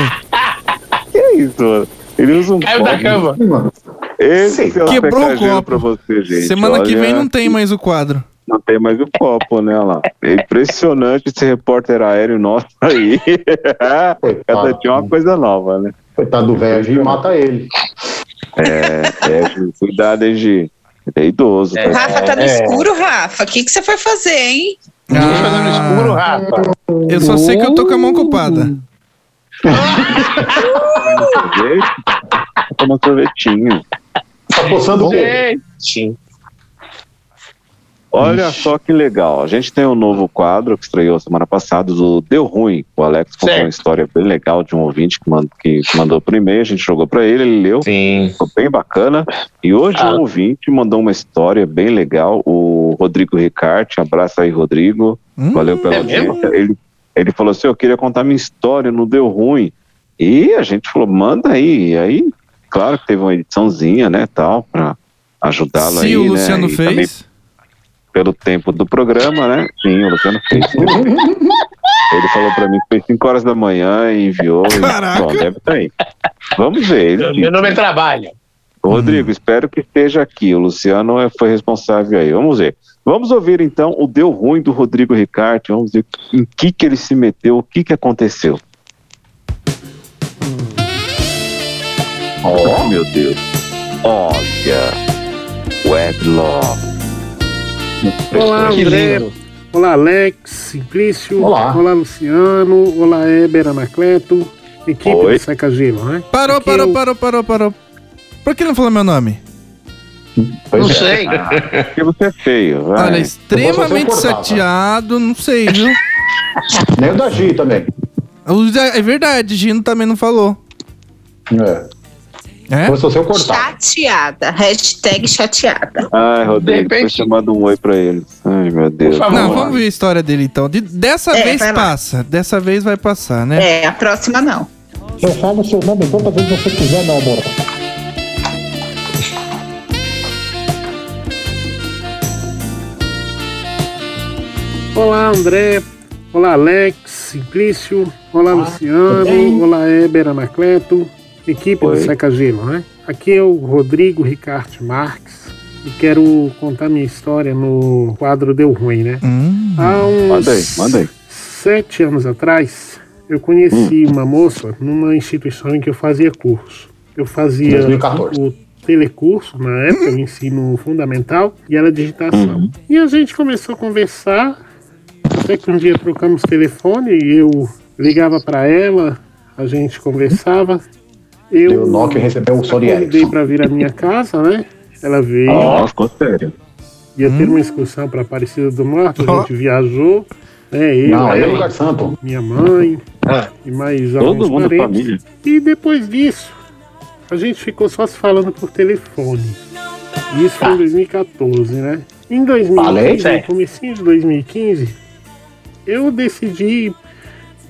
Speaker 4: é isso, mano. Ele usa um
Speaker 5: Caiu da
Speaker 4: copo.
Speaker 5: cama.
Speaker 4: Esse é o
Speaker 7: Quebrou o
Speaker 4: sacageiro
Speaker 7: copo.
Speaker 4: pra você, gente.
Speaker 7: Semana que
Speaker 4: Olha,
Speaker 7: vem não tem mais o quadro.
Speaker 4: Não tem mais o copo, né? Olha lá. É impressionante esse repórter aéreo nosso aí. Cada dia é uma coisa nova, né?
Speaker 9: Coitado do velho, a gente mata ele.
Speaker 4: É, Gi, cuidado, hein, Gi. Ele É idoso. tá?
Speaker 8: Rafa, tá no escuro, Rafa. O que, que você foi fazer, hein?
Speaker 5: Deixa eu ver no escuro, Rafa.
Speaker 7: Ah, Eu só sei que eu tô com a mão ocupada.
Speaker 4: Sorvete? Toma tá sorvetinho.
Speaker 9: Tá coçando o quê?
Speaker 5: Gente.
Speaker 4: Olha só que legal. A gente tem um novo quadro que estreou semana passada do Deu Ruim. O Alex contou
Speaker 5: Certo.
Speaker 4: uma história bem legal de um ouvinte que mandou, que mandou por e-mail. A gente jogou pra ele, ele leu.
Speaker 3: Sim.
Speaker 4: Ficou bem bacana. E hoje
Speaker 5: Ah.
Speaker 4: um ouvinte mandou uma história bem legal. O Rodrigo Ricarte, um abraço aí, Rodrigo.
Speaker 7: Hum,
Speaker 4: Valeu pela
Speaker 5: É
Speaker 4: audiência. Ele, ele falou assim: Eu queria contar minha história, não deu ruim. E a gente falou: Manda aí. E aí, claro que teve uma ediçãozinha, né, tal, pra ajudá-lo aí.
Speaker 7: Se o
Speaker 4: né,
Speaker 7: Luciano
Speaker 4: e também
Speaker 7: fez.
Speaker 4: pelo tempo do programa, né? Sim, o Luciano fez. ele falou pra mim que foi 5 horas da manhã e enviou. e-
Speaker 7: Caraca.
Speaker 4: Bom, deve tá aí. Vamos ver. Ele,
Speaker 5: Meu nome é Trabalho.
Speaker 4: Rodrigo, espero que esteja aqui. O Luciano é- foi responsável aí. Vamos ver. Vamos ouvir então o deu ruim do Rodrigo Ricardo. Vamos ver em que que ele se meteu, o que que aconteceu. Oh, meu Deus. Olha. Weblaw.
Speaker 11: Olá,
Speaker 5: Que
Speaker 11: André.
Speaker 5: lindo.
Speaker 11: Olá, Alex, Simplício.
Speaker 9: Olá.
Speaker 11: Luciano. Olá, Eber Anacleto. Equipe
Speaker 4: Oi.
Speaker 11: do Seca Gelo, né?
Speaker 7: Parou,
Speaker 11: Aqui
Speaker 7: parou,
Speaker 11: eu-
Speaker 7: parou, parou, parou. Por que não falou meu nome?
Speaker 5: Não sei.
Speaker 4: é. Porque você é feio, vai.
Speaker 7: Olha,
Speaker 9: Eu
Speaker 7: extremamente
Speaker 9: vou ser confortável.
Speaker 7: chateado, não sei, viu?
Speaker 9: Nem o da Gi também.
Speaker 7: O Zé- É verdade, Gino também não falou.
Speaker 9: É.
Speaker 7: É?
Speaker 9: Foi só se eu cortar.
Speaker 8: Chateada. Hashtag chateada.
Speaker 4: Ai,
Speaker 5: De
Speaker 4: Rodrigo,
Speaker 5: repente-
Speaker 4: depois você manda um oi pra ele. Ai, meu Deus.
Speaker 5: Por favor.
Speaker 7: Não,
Speaker 5: Vamos lá.
Speaker 7: vamos ver a história dele então. De- dessa
Speaker 8: É,
Speaker 7: vez
Speaker 8: vai lá.
Speaker 7: passa. Dessa vez vai passar, né?
Speaker 8: É, a próxima não.
Speaker 9: Eu falo seu nome quantas vezes você quiser, meu amor.
Speaker 11: Olá, André. Olá, Alex, Simplício. Olá, Luciano. Olá, Eber Anacleto. Equipe
Speaker 4: Oi.
Speaker 11: do Seca Gelo, né? Aqui é o Rodrigo Ricardo Marques. E quero contar minha história no quadro Deu Ruim, né?
Speaker 7: Hum.
Speaker 11: Há uns
Speaker 4: Manda aí, manda aí.
Speaker 11: sete anos atrás, eu conheci
Speaker 4: Hum.
Speaker 11: uma moça numa instituição em que eu fazia curso. Eu fazia
Speaker 9: 2014.
Speaker 11: o telecurso, na época, o ensino fundamental, e era digitação.
Speaker 4: Uhum.
Speaker 11: E a gente começou a conversar, até que um dia trocamos telefone e eu ligava para ela, a gente conversava. Eu
Speaker 9: Deu o Nokia e recebeu o Sony
Speaker 11: convidei
Speaker 9: Ericsson.
Speaker 11: para vir à minha casa, né? Ela veio.
Speaker 4: Nossa, ficou sério. Hum.
Speaker 11: Ia ter uma excursão para Aparecida do Norte, a gente viajou. Né, eu,
Speaker 9: Não, aí é
Speaker 11: ela,
Speaker 9: lugar santo.
Speaker 11: minha mãe
Speaker 5: Ah.
Speaker 11: e mais alguns
Speaker 4: É. Todo mundo é
Speaker 11: parentes.
Speaker 4: família.
Speaker 11: E depois disso, a gente ficou só se falando por telefone. Isso foi em 2014, né? Em 2015,
Speaker 5: Falei,
Speaker 11: no comecinho de 2015, eu decidi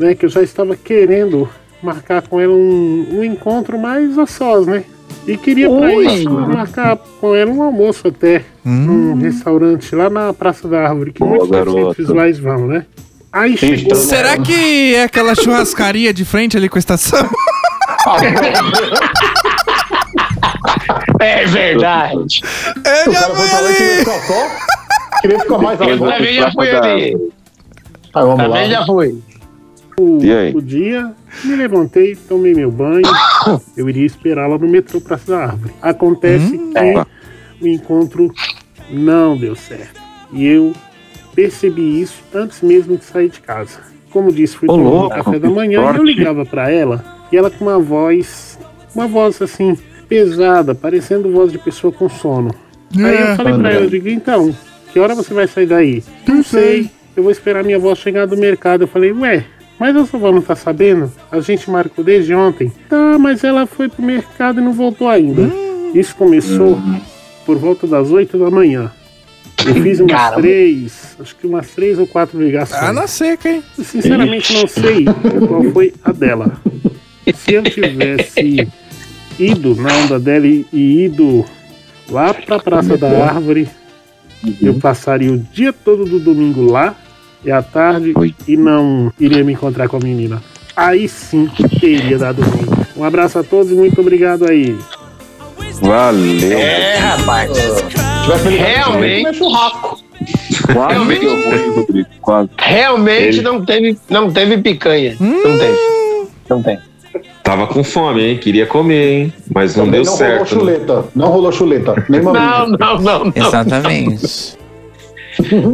Speaker 11: né, que eu já estava querendo marcar com ela um, um encontro mais a sós, né? E queria pra
Speaker 5: Ui.
Speaker 11: isso marcar com ela um almoço até
Speaker 7: Hum.
Speaker 11: num restaurante lá na Praça da Árvore, que
Speaker 4: Boa,
Speaker 11: muitos
Speaker 4: garoto.
Speaker 11: pacientes visuais vão, né? Aí chegou.
Speaker 7: Será que é aquela churrascaria de frente ali com a estação?
Speaker 5: É verdade.
Speaker 7: Ele é
Speaker 9: o cara foi falar que nem ficou só, que nem ficou mais
Speaker 5: Eu também já fui ali.
Speaker 9: Aí Ah, vamos lá.
Speaker 5: Também já fui.
Speaker 11: O,
Speaker 4: E aí?
Speaker 11: o dia, me levantei, tomei meu banho. Eu iria esperá-la no metrô Praça da Árvore. Acontece
Speaker 5: Hum,
Speaker 4: Opa.
Speaker 11: que o encontro não deu certo. E eu percebi isso antes mesmo de sair de casa. Como disse, fui
Speaker 4: Ô,
Speaker 11: tomar um
Speaker 4: louco,
Speaker 11: café da
Speaker 4: que
Speaker 11: manhã e eu
Speaker 4: sorte.
Speaker 11: ligava pra ela. E ela com uma voz, uma voz assim, pesada, parecendo voz de pessoa com sono. Aí
Speaker 5: É,
Speaker 11: eu falei pra ela, eu digo, então, que hora você vai sair daí? Não sei, eu vou esperar minha avó chegar do mercado. Eu falei, ué, mas a sua avó não tá sabendo? A gente marcou desde ontem. Tá, mas ela foi pro mercado e não voltou ainda. Isso começou por volta das 8 da manhã. Eu fiz umas
Speaker 5: Caramba.
Speaker 11: três, acho que umas três ou quatro ligações.
Speaker 7: Ah, na seca, hein?
Speaker 11: Sinceramente, não sei qual foi
Speaker 5: é
Speaker 11: a dela. Se eu tivesse ido na onda dela e, e ido lá pra Praça da Árvore, eu passaria o dia todo do domingo lá e à tarde
Speaker 4: Oi.
Speaker 11: e não iria me encontrar com a menina. Aí sim teria dado ruim. Um abraço a todos e muito obrigado aí.
Speaker 4: Valeu.
Speaker 5: É, rapaz.
Speaker 9: Ah,
Speaker 5: Realmente.
Speaker 9: É churrasco.
Speaker 4: Quase
Speaker 5: realmente.
Speaker 4: deu ruim, Rodrigo. Quase.
Speaker 5: Realmente
Speaker 4: Ele-
Speaker 5: não, teve, não teve picanha. Não teve. Não tem.
Speaker 3: Tava com fome, hein? Queria comer, hein? Mas não
Speaker 9: Também
Speaker 3: deu
Speaker 9: não rolou
Speaker 3: certo. né?
Speaker 9: chuleta. Não rolou chuleta. Nem
Speaker 5: Não,
Speaker 9: mamilo.
Speaker 5: não, não, não. é
Speaker 1: Exatamente.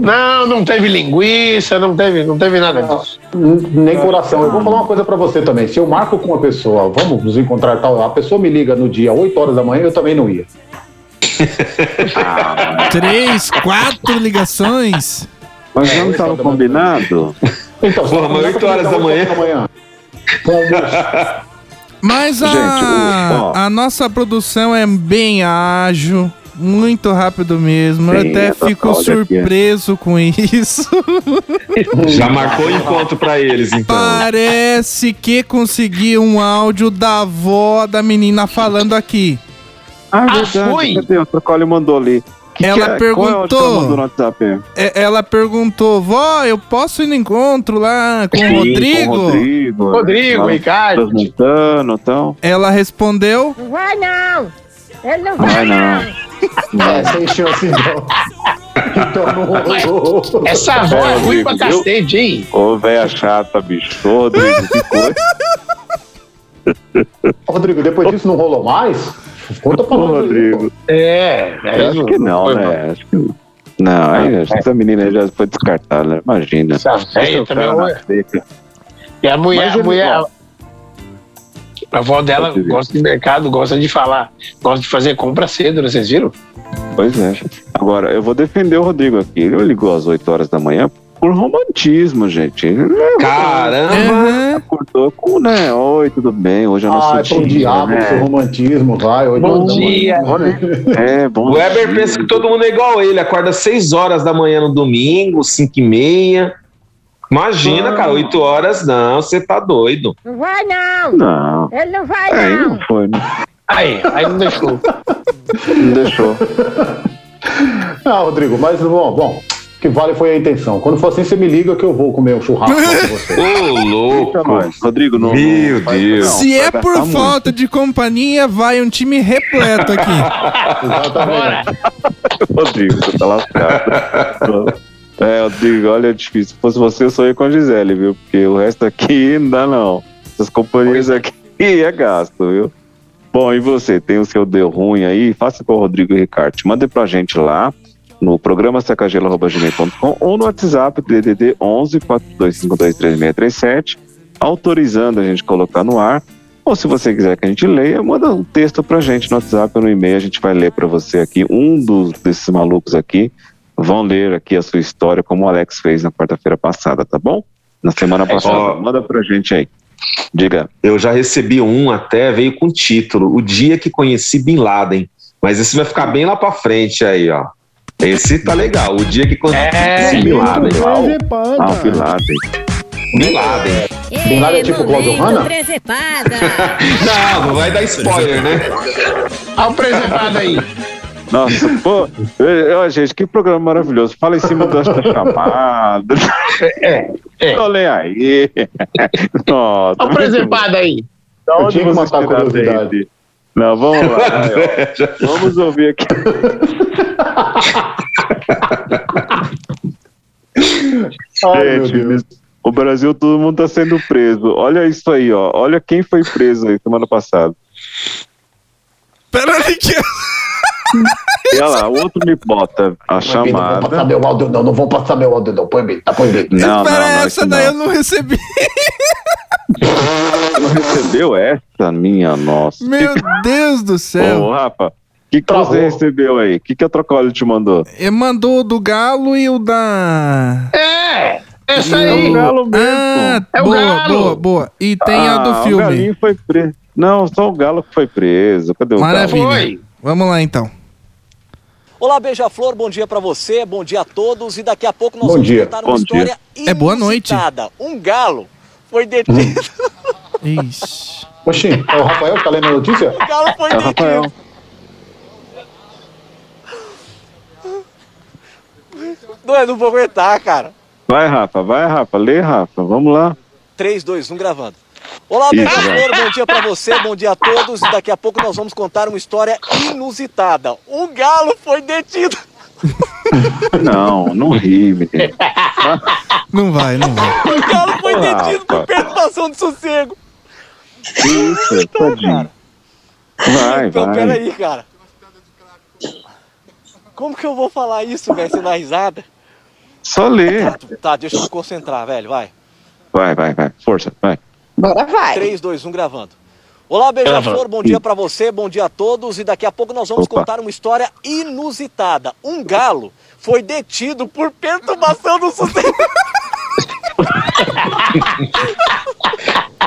Speaker 5: Não, não teve linguiça, não teve, não teve nada disso.
Speaker 9: N- Nem coração. Eu vou falar uma coisa pra você também. Se eu marco com uma pessoa, vamos nos encontrar tal, a pessoa me liga no dia 8 horas da manhã, eu também não ia.
Speaker 7: Três, quatro ligações.
Speaker 4: Mas
Speaker 5: É,
Speaker 4: não estava combinado?
Speaker 9: Então,
Speaker 3: Porra, mas
Speaker 9: não dá pra
Speaker 3: 8 horas
Speaker 9: ligar
Speaker 3: da manhã?
Speaker 7: Mas a,
Speaker 4: Gente, o- ó.
Speaker 7: a nossa produção é bem ágil, muito rápido mesmo. Eu
Speaker 4: Sim,
Speaker 7: até
Speaker 4: essa
Speaker 7: fico
Speaker 4: fralda aqui é-
Speaker 7: surpreso com isso.
Speaker 3: Já marcou encontro pra eles, então.
Speaker 7: Parece que consegui um áudio da avó da menina falando aqui.
Speaker 4: Ah,
Speaker 5: foi?
Speaker 4: Cadê? O Trocoli mandou ali. Que
Speaker 7: Ela
Speaker 4: que é? Qual é o que ela
Speaker 7: perguntou.
Speaker 4: mandou no WhatsApp?
Speaker 7: É, ela perguntou, vó, eu posso ir no encontro lá com
Speaker 4: Sim,
Speaker 7: o
Speaker 4: com
Speaker 7: Rodrigo?
Speaker 4: Rodrigo.
Speaker 5: Rodrigo,
Speaker 4: Lá, então.
Speaker 5: Ricardo.
Speaker 4: Transmutando e tal.
Speaker 7: Ela respondeu,
Speaker 4: Não vai não.
Speaker 9: É, sem chance, não. Então não rolou.
Speaker 5: Essa avó é ruim pra
Speaker 4: Rodrigo,
Speaker 5: cacete, hein?
Speaker 4: Ô, velha chata, bicho. Ô, Rodrigo, que coisa.
Speaker 9: Rodrigo, depois disso não rolou mais? Conta pra
Speaker 4: Ô,
Speaker 9: nós.
Speaker 4: Rodrigo.
Speaker 5: É, é
Speaker 4: Eu acho que não,
Speaker 5: foi mal. Ah, é.
Speaker 4: né? Acho que não. Não, aí, acho que essa menina aí já foi descartada, né? imagina.
Speaker 5: Essa velha
Speaker 4: Esse
Speaker 5: também é
Speaker 4: cara
Speaker 5: uma-
Speaker 4: na seca.
Speaker 5: E a mulher,
Speaker 4: Mas
Speaker 5: a
Speaker 4: ele
Speaker 5: mulher.
Speaker 4: gosta.
Speaker 5: A avó dela
Speaker 4: Pode ver.
Speaker 5: gosta de mercado, gosta de falar, gosta de fazer compra cedo, né? vocês viram?
Speaker 4: Pois é. Agora, eu vou defender o Rodrigo aqui. Ele ligou às 8 horas da manhã por romantismo, gente. Ele é
Speaker 3: Caramba!
Speaker 7: aham,
Speaker 4: acordou com, né? Oi, tudo bem? Hoje é nosso
Speaker 9: Ah, é
Speaker 4: dia.
Speaker 9: pro diabo
Speaker 4: né?
Speaker 9: seu romantismo, vai. oito
Speaker 5: Bom
Speaker 9: horas da manhã.
Speaker 5: dia.
Speaker 4: É, bom
Speaker 3: O Weber
Speaker 4: dia.
Speaker 3: pensa que todo mundo é igual ele, acorda 6 horas da manhã no domingo, 5 e meia. Imagina,
Speaker 4: Ah.
Speaker 3: cara, 8 horas, não, você tá doido.
Speaker 4: Não. Ele não vai, é, não. não foi, né?
Speaker 5: Aí, aí não deixou.
Speaker 4: Não deixou.
Speaker 9: Ah, Rodrigo, mas bom, bom. O que vale foi a intenção. Quando for assim, você me liga que eu vou comer um churrasco com você. é
Speaker 3: Ô,
Speaker 4: Fica
Speaker 3: louco!
Speaker 4: mais. Rodrigo, não.
Speaker 3: Meu
Speaker 4: não faz
Speaker 3: Deus.
Speaker 4: isso, não.
Speaker 7: Se
Speaker 4: Vai
Speaker 7: é
Speaker 4: gastar
Speaker 7: por
Speaker 4: muito.
Speaker 7: falta de companhia, vai um time repleto aqui.
Speaker 5: Agora,
Speaker 4: Rodrigo, você tá lascado. É, Rodrigo, olha, é difícil. Se fosse você, eu só ia com a Gisele, viu? Porque o resto aqui não dá, não. Essas companhias aqui é gasto, viu? Bom, e você? Tem o seu deu ruim aí? Faça com o Rodrigo e Ricardo. Manda pra gente lá no programa sacagelo.gmail.com ou no WhatsApp DDD 11 42523637, autorizando a gente colocar no ar. Ou se você quiser que a gente leia, manda um texto pra gente no WhatsApp ou no e-mail, a gente vai ler pra você aqui. Um dos desses malucos aqui vão ler aqui a sua história, como o Alex fez na quarta-feira passada, tá bom? Na semana passada.
Speaker 3: É, Ó.
Speaker 4: Manda pra gente aí. Diga.
Speaker 3: Eu já recebi um até, veio com título: O Dia que Conheci Bin Laden. Mas esse vai ficar bem lá pra frente aí, ó. Esse tá legal. O dia que conheci
Speaker 5: É,
Speaker 3: Bin Laden.
Speaker 4: Ah,
Speaker 2: é
Speaker 4: o Bin Laden.
Speaker 3: Bin Laden.
Speaker 9: Bin Laden é tipo Cláudio Hanna?
Speaker 2: Presepada.
Speaker 3: Não, não vai dar spoiler, né?
Speaker 5: olha o preservado aí.
Speaker 4: Nossa, pô, é, ó, gente, que programa maravilhoso. Fala em cima do da chamada. É, é. Olha aí. Nossa,
Speaker 5: Olha o preservado aí.
Speaker 4: Da onde
Speaker 9: tinha que
Speaker 4: você
Speaker 9: matar a
Speaker 4: tirou essa
Speaker 9: curiosidade.
Speaker 4: ideia? Não, vamos lá. ó. vamos ouvir aqui.
Speaker 9: Ai, meu
Speaker 4: Gente, o Brasil, todo mundo tá sendo preso. Olha isso aí, ó. Olha quem foi preso aí semana passada.
Speaker 7: Peraí que...
Speaker 4: E olha lá, o outro me bota a
Speaker 9: Não vou
Speaker 4: chamada.
Speaker 9: passar meu áudio, não. Não vou passar meu áudio, não. Põe bem, tá? Põe bem.
Speaker 4: Não, não, não,
Speaker 7: Pera,
Speaker 4: isso
Speaker 7: essa
Speaker 4: não.
Speaker 7: daí eu não recebi.
Speaker 4: Não recebeu essa, minha nossa.
Speaker 7: Meu Deus do
Speaker 4: Ô,
Speaker 7: céu.
Speaker 4: Rafa, o que, que
Speaker 9: Travou.
Speaker 4: você recebeu aí? O que, que a Trocolho te mandou?
Speaker 7: Ele É mandou o do Galo e o da...
Speaker 5: É! Essa aí!
Speaker 7: Ah,
Speaker 5: É o
Speaker 7: boa,
Speaker 5: Galo.
Speaker 7: boa, boa. E tem a
Speaker 4: Ah,
Speaker 7: do
Speaker 4: O
Speaker 7: filme.
Speaker 4: Galinho foi preso. Não, só o Galo que foi preso. Cadê o
Speaker 7: Maravilha.
Speaker 5: Foi!
Speaker 7: Vamos lá, então.
Speaker 12: Olá, Beija-Flor, bom dia pra você, bom dia a todos. E daqui a pouco nós
Speaker 9: Bom
Speaker 12: vamos
Speaker 9: dia,
Speaker 12: contar
Speaker 4: bom
Speaker 12: uma história
Speaker 7: dia. É, boa noite.
Speaker 12: inusitada. Um galo foi detido.
Speaker 7: Ixi.
Speaker 9: Oxi, é o Rafael que tá lendo a notícia?
Speaker 12: O Um galo foi
Speaker 4: Galo? É o Rafael.
Speaker 12: detido. Não, eu não vou aguentar, cara.
Speaker 4: Vai, Rafa, vai, Rafa. Lê, Rafa. Vamos lá.
Speaker 12: 3, 2, 1, gravando. Olá,
Speaker 4: Isso,
Speaker 12: Beija-Flor, bom dia pra você, bom dia a todos. E daqui a pouco nós vamos contar uma história inusitada. Um galo foi detido.
Speaker 4: Não, não ri, menino.
Speaker 12: Então,
Speaker 7: Não vai, não vai.
Speaker 12: O galo foi
Speaker 4: Rafa.
Speaker 12: detido por perturbação de sossego.
Speaker 4: Que isso, é tadinho. Vai,
Speaker 12: Então,
Speaker 4: vai.
Speaker 12: peraí, cara. Como que eu vou falar isso, velho? Você dá risada?
Speaker 4: Só lê.
Speaker 12: Tá, tu- tá, deixa eu me concentrar, velho, vai.
Speaker 4: Vai, vai, vai. Força, vai.
Speaker 10: Bora vai.
Speaker 12: 3, 2, 1, gravando. Olá, Beija-Flor, bom dia pra você, bom dia a todos. E daqui a pouco nós vamos
Speaker 4: Opa.
Speaker 12: contar uma história inusitada. Um galo foi detido por perturbação do sossego.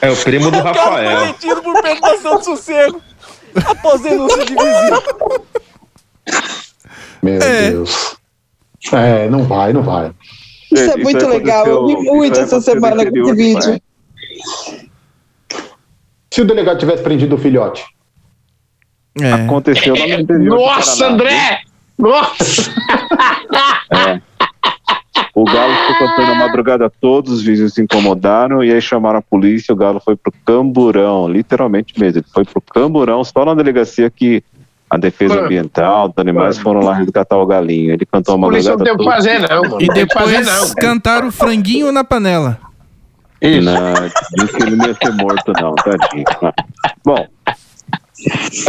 Speaker 3: É o primo do
Speaker 12: O galo
Speaker 4: É.
Speaker 12: foi
Speaker 3: Rafael.
Speaker 12: detido por perturbação do sossego. Após denúncia de vizinho.
Speaker 9: Meu
Speaker 7: É.
Speaker 9: Deus. É, não vai, não vai.
Speaker 10: Isso é
Speaker 4: Gente,
Speaker 10: muito
Speaker 4: aí
Speaker 10: legal, eu ri
Speaker 4: aconteceu-
Speaker 10: muito
Speaker 4: isso aí
Speaker 10: essa
Speaker 4: aconteceu no
Speaker 10: semana com esse
Speaker 4: interior de
Speaker 10: vídeo.
Speaker 4: Bahia.
Speaker 9: Se o delegado tivesse prendido o filhote.
Speaker 7: É.
Speaker 4: Aconteceu lá no interior. de
Speaker 5: Nossa,
Speaker 4: Paraná.
Speaker 5: André! Nossa!
Speaker 4: O galo ficou cantando a madrugada toda, os vizinhos se incomodaram e aí chamaram a polícia. O galo foi pro camburão, literalmente mesmo. Ele foi pro camburão, só na delegacia que a defesa
Speaker 5: Mano.
Speaker 4: ambiental, dos animais foram lá resgatar o galinho. Ele cantou a
Speaker 5: Por isso não
Speaker 4: madrugada
Speaker 5: tem o que
Speaker 4: toda.
Speaker 5: fazer, não. mano.
Speaker 7: E
Speaker 5: Não tem o que fazer,
Speaker 7: depois
Speaker 5: não.
Speaker 7: cantaram franguinho na panela.
Speaker 4: Não, disse que ele não ia ser morto, não, tadinho. né? Bom,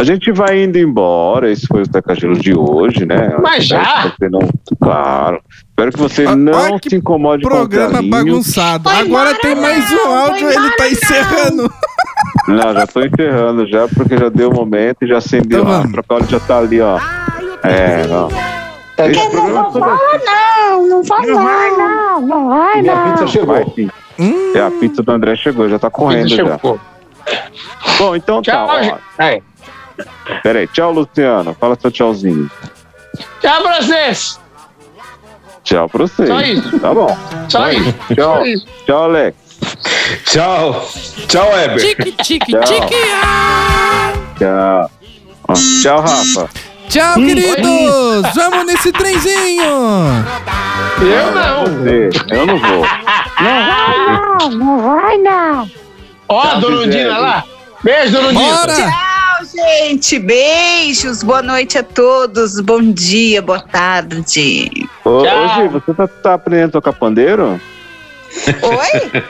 Speaker 4: a gente vai indo embora. Esse foi o Tacagelo de hoje, né?
Speaker 5: Mas
Speaker 4: Espero
Speaker 5: já?
Speaker 4: que você não- Claro. Espero que você
Speaker 7: Ah,
Speaker 4: não
Speaker 7: ah, que
Speaker 4: se incomode com o
Speaker 7: Programa
Speaker 4: galinho.
Speaker 7: bagunçado.
Speaker 8: Vai
Speaker 7: Agora
Speaker 8: embora,
Speaker 7: tem mais um
Speaker 8: não,
Speaker 7: áudio,
Speaker 8: vai
Speaker 7: ele tá
Speaker 8: embora,
Speaker 7: encerrando.
Speaker 4: Não, já tô encerrando já, porque já deu o momento e já acendeu.
Speaker 7: Então
Speaker 4: Ah,
Speaker 7: vamos.
Speaker 4: o trocólio já tá ali, ó. É, não. Esse programa todo assim,
Speaker 8: Não, não vai lá, não, não vai
Speaker 9: Minha pizza chegou.
Speaker 4: vai sim. É, a pizza do André chegou, já tá correndo
Speaker 5: Deixa eu-
Speaker 4: já. Bom, então
Speaker 5: Tchau,
Speaker 4: tá,
Speaker 5: gente.
Speaker 4: ó.
Speaker 5: Aí.
Speaker 4: Peraí, tchau, Luciano. Fala seu tchauzinho.
Speaker 5: Tchau pra vocês!
Speaker 4: Tchau pra vocês.
Speaker 5: Só isso.
Speaker 4: Tá bom.
Speaker 5: Só isso.
Speaker 4: Tchau.
Speaker 5: Só isso.
Speaker 4: Tchau, Alex.
Speaker 3: Tchau. Tchau, Eber.
Speaker 4: Tchau. Tchau. Ó, Tchau, Rafa.
Speaker 7: Tchau, queridos! Vamos nesse trenzinho!
Speaker 5: Eu não!
Speaker 4: Você, eu não vou.
Speaker 8: Não, não vai não.
Speaker 5: Ó, Dorundina
Speaker 4: Gisele.
Speaker 5: lá! Beijo, Dorundina!
Speaker 7: Bora!
Speaker 8: Tchau, gente. Beijos. Boa noite a todos. Bom dia, boa tarde.
Speaker 4: Ô, ô,
Speaker 5: Tchau.
Speaker 4: Gi, você tá, tá aprendendo a tocar pandeiro?
Speaker 8: Oi?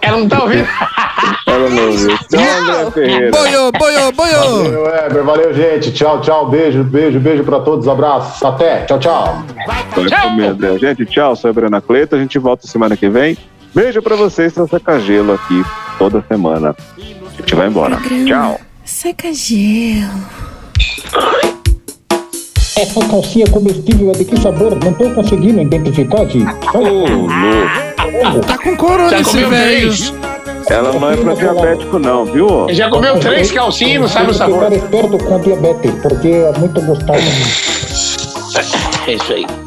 Speaker 5: Ela não tá ouvindo?
Speaker 4: Ela não ouviu. Tchau, André Ferreira.
Speaker 7: Boiô, boiô, boiô!
Speaker 9: Valeu, Weber. Valeu, gente. Tchau, tchau. Beijo, beijo, beijo pra todos. Abraço. Até. Tchau, tchau.
Speaker 4: Vai comer, André. Gente, tchau. Sou a Brana Cleto. A gente volta semana que vem. Beijo pra vocês, seu Sacagelo aqui toda semana. A gente vai embora. Tchau.
Speaker 2: Seca gelo.
Speaker 13: Essa calcinha comestível é de que sabor? Não tô conseguindo identificar, Di.
Speaker 4: Ô, louco.
Speaker 7: Tá com corona
Speaker 5: Já
Speaker 7: esse
Speaker 5: comeu
Speaker 7: velho.
Speaker 5: três?
Speaker 4: Ela não é pra diabético, não, viu? ô?
Speaker 5: Já comeu três calcinhas, não sabe o sabor.
Speaker 9: um
Speaker 13: Ficar esperto com diabetes, porque é muito gostoso.
Speaker 5: É isso aí.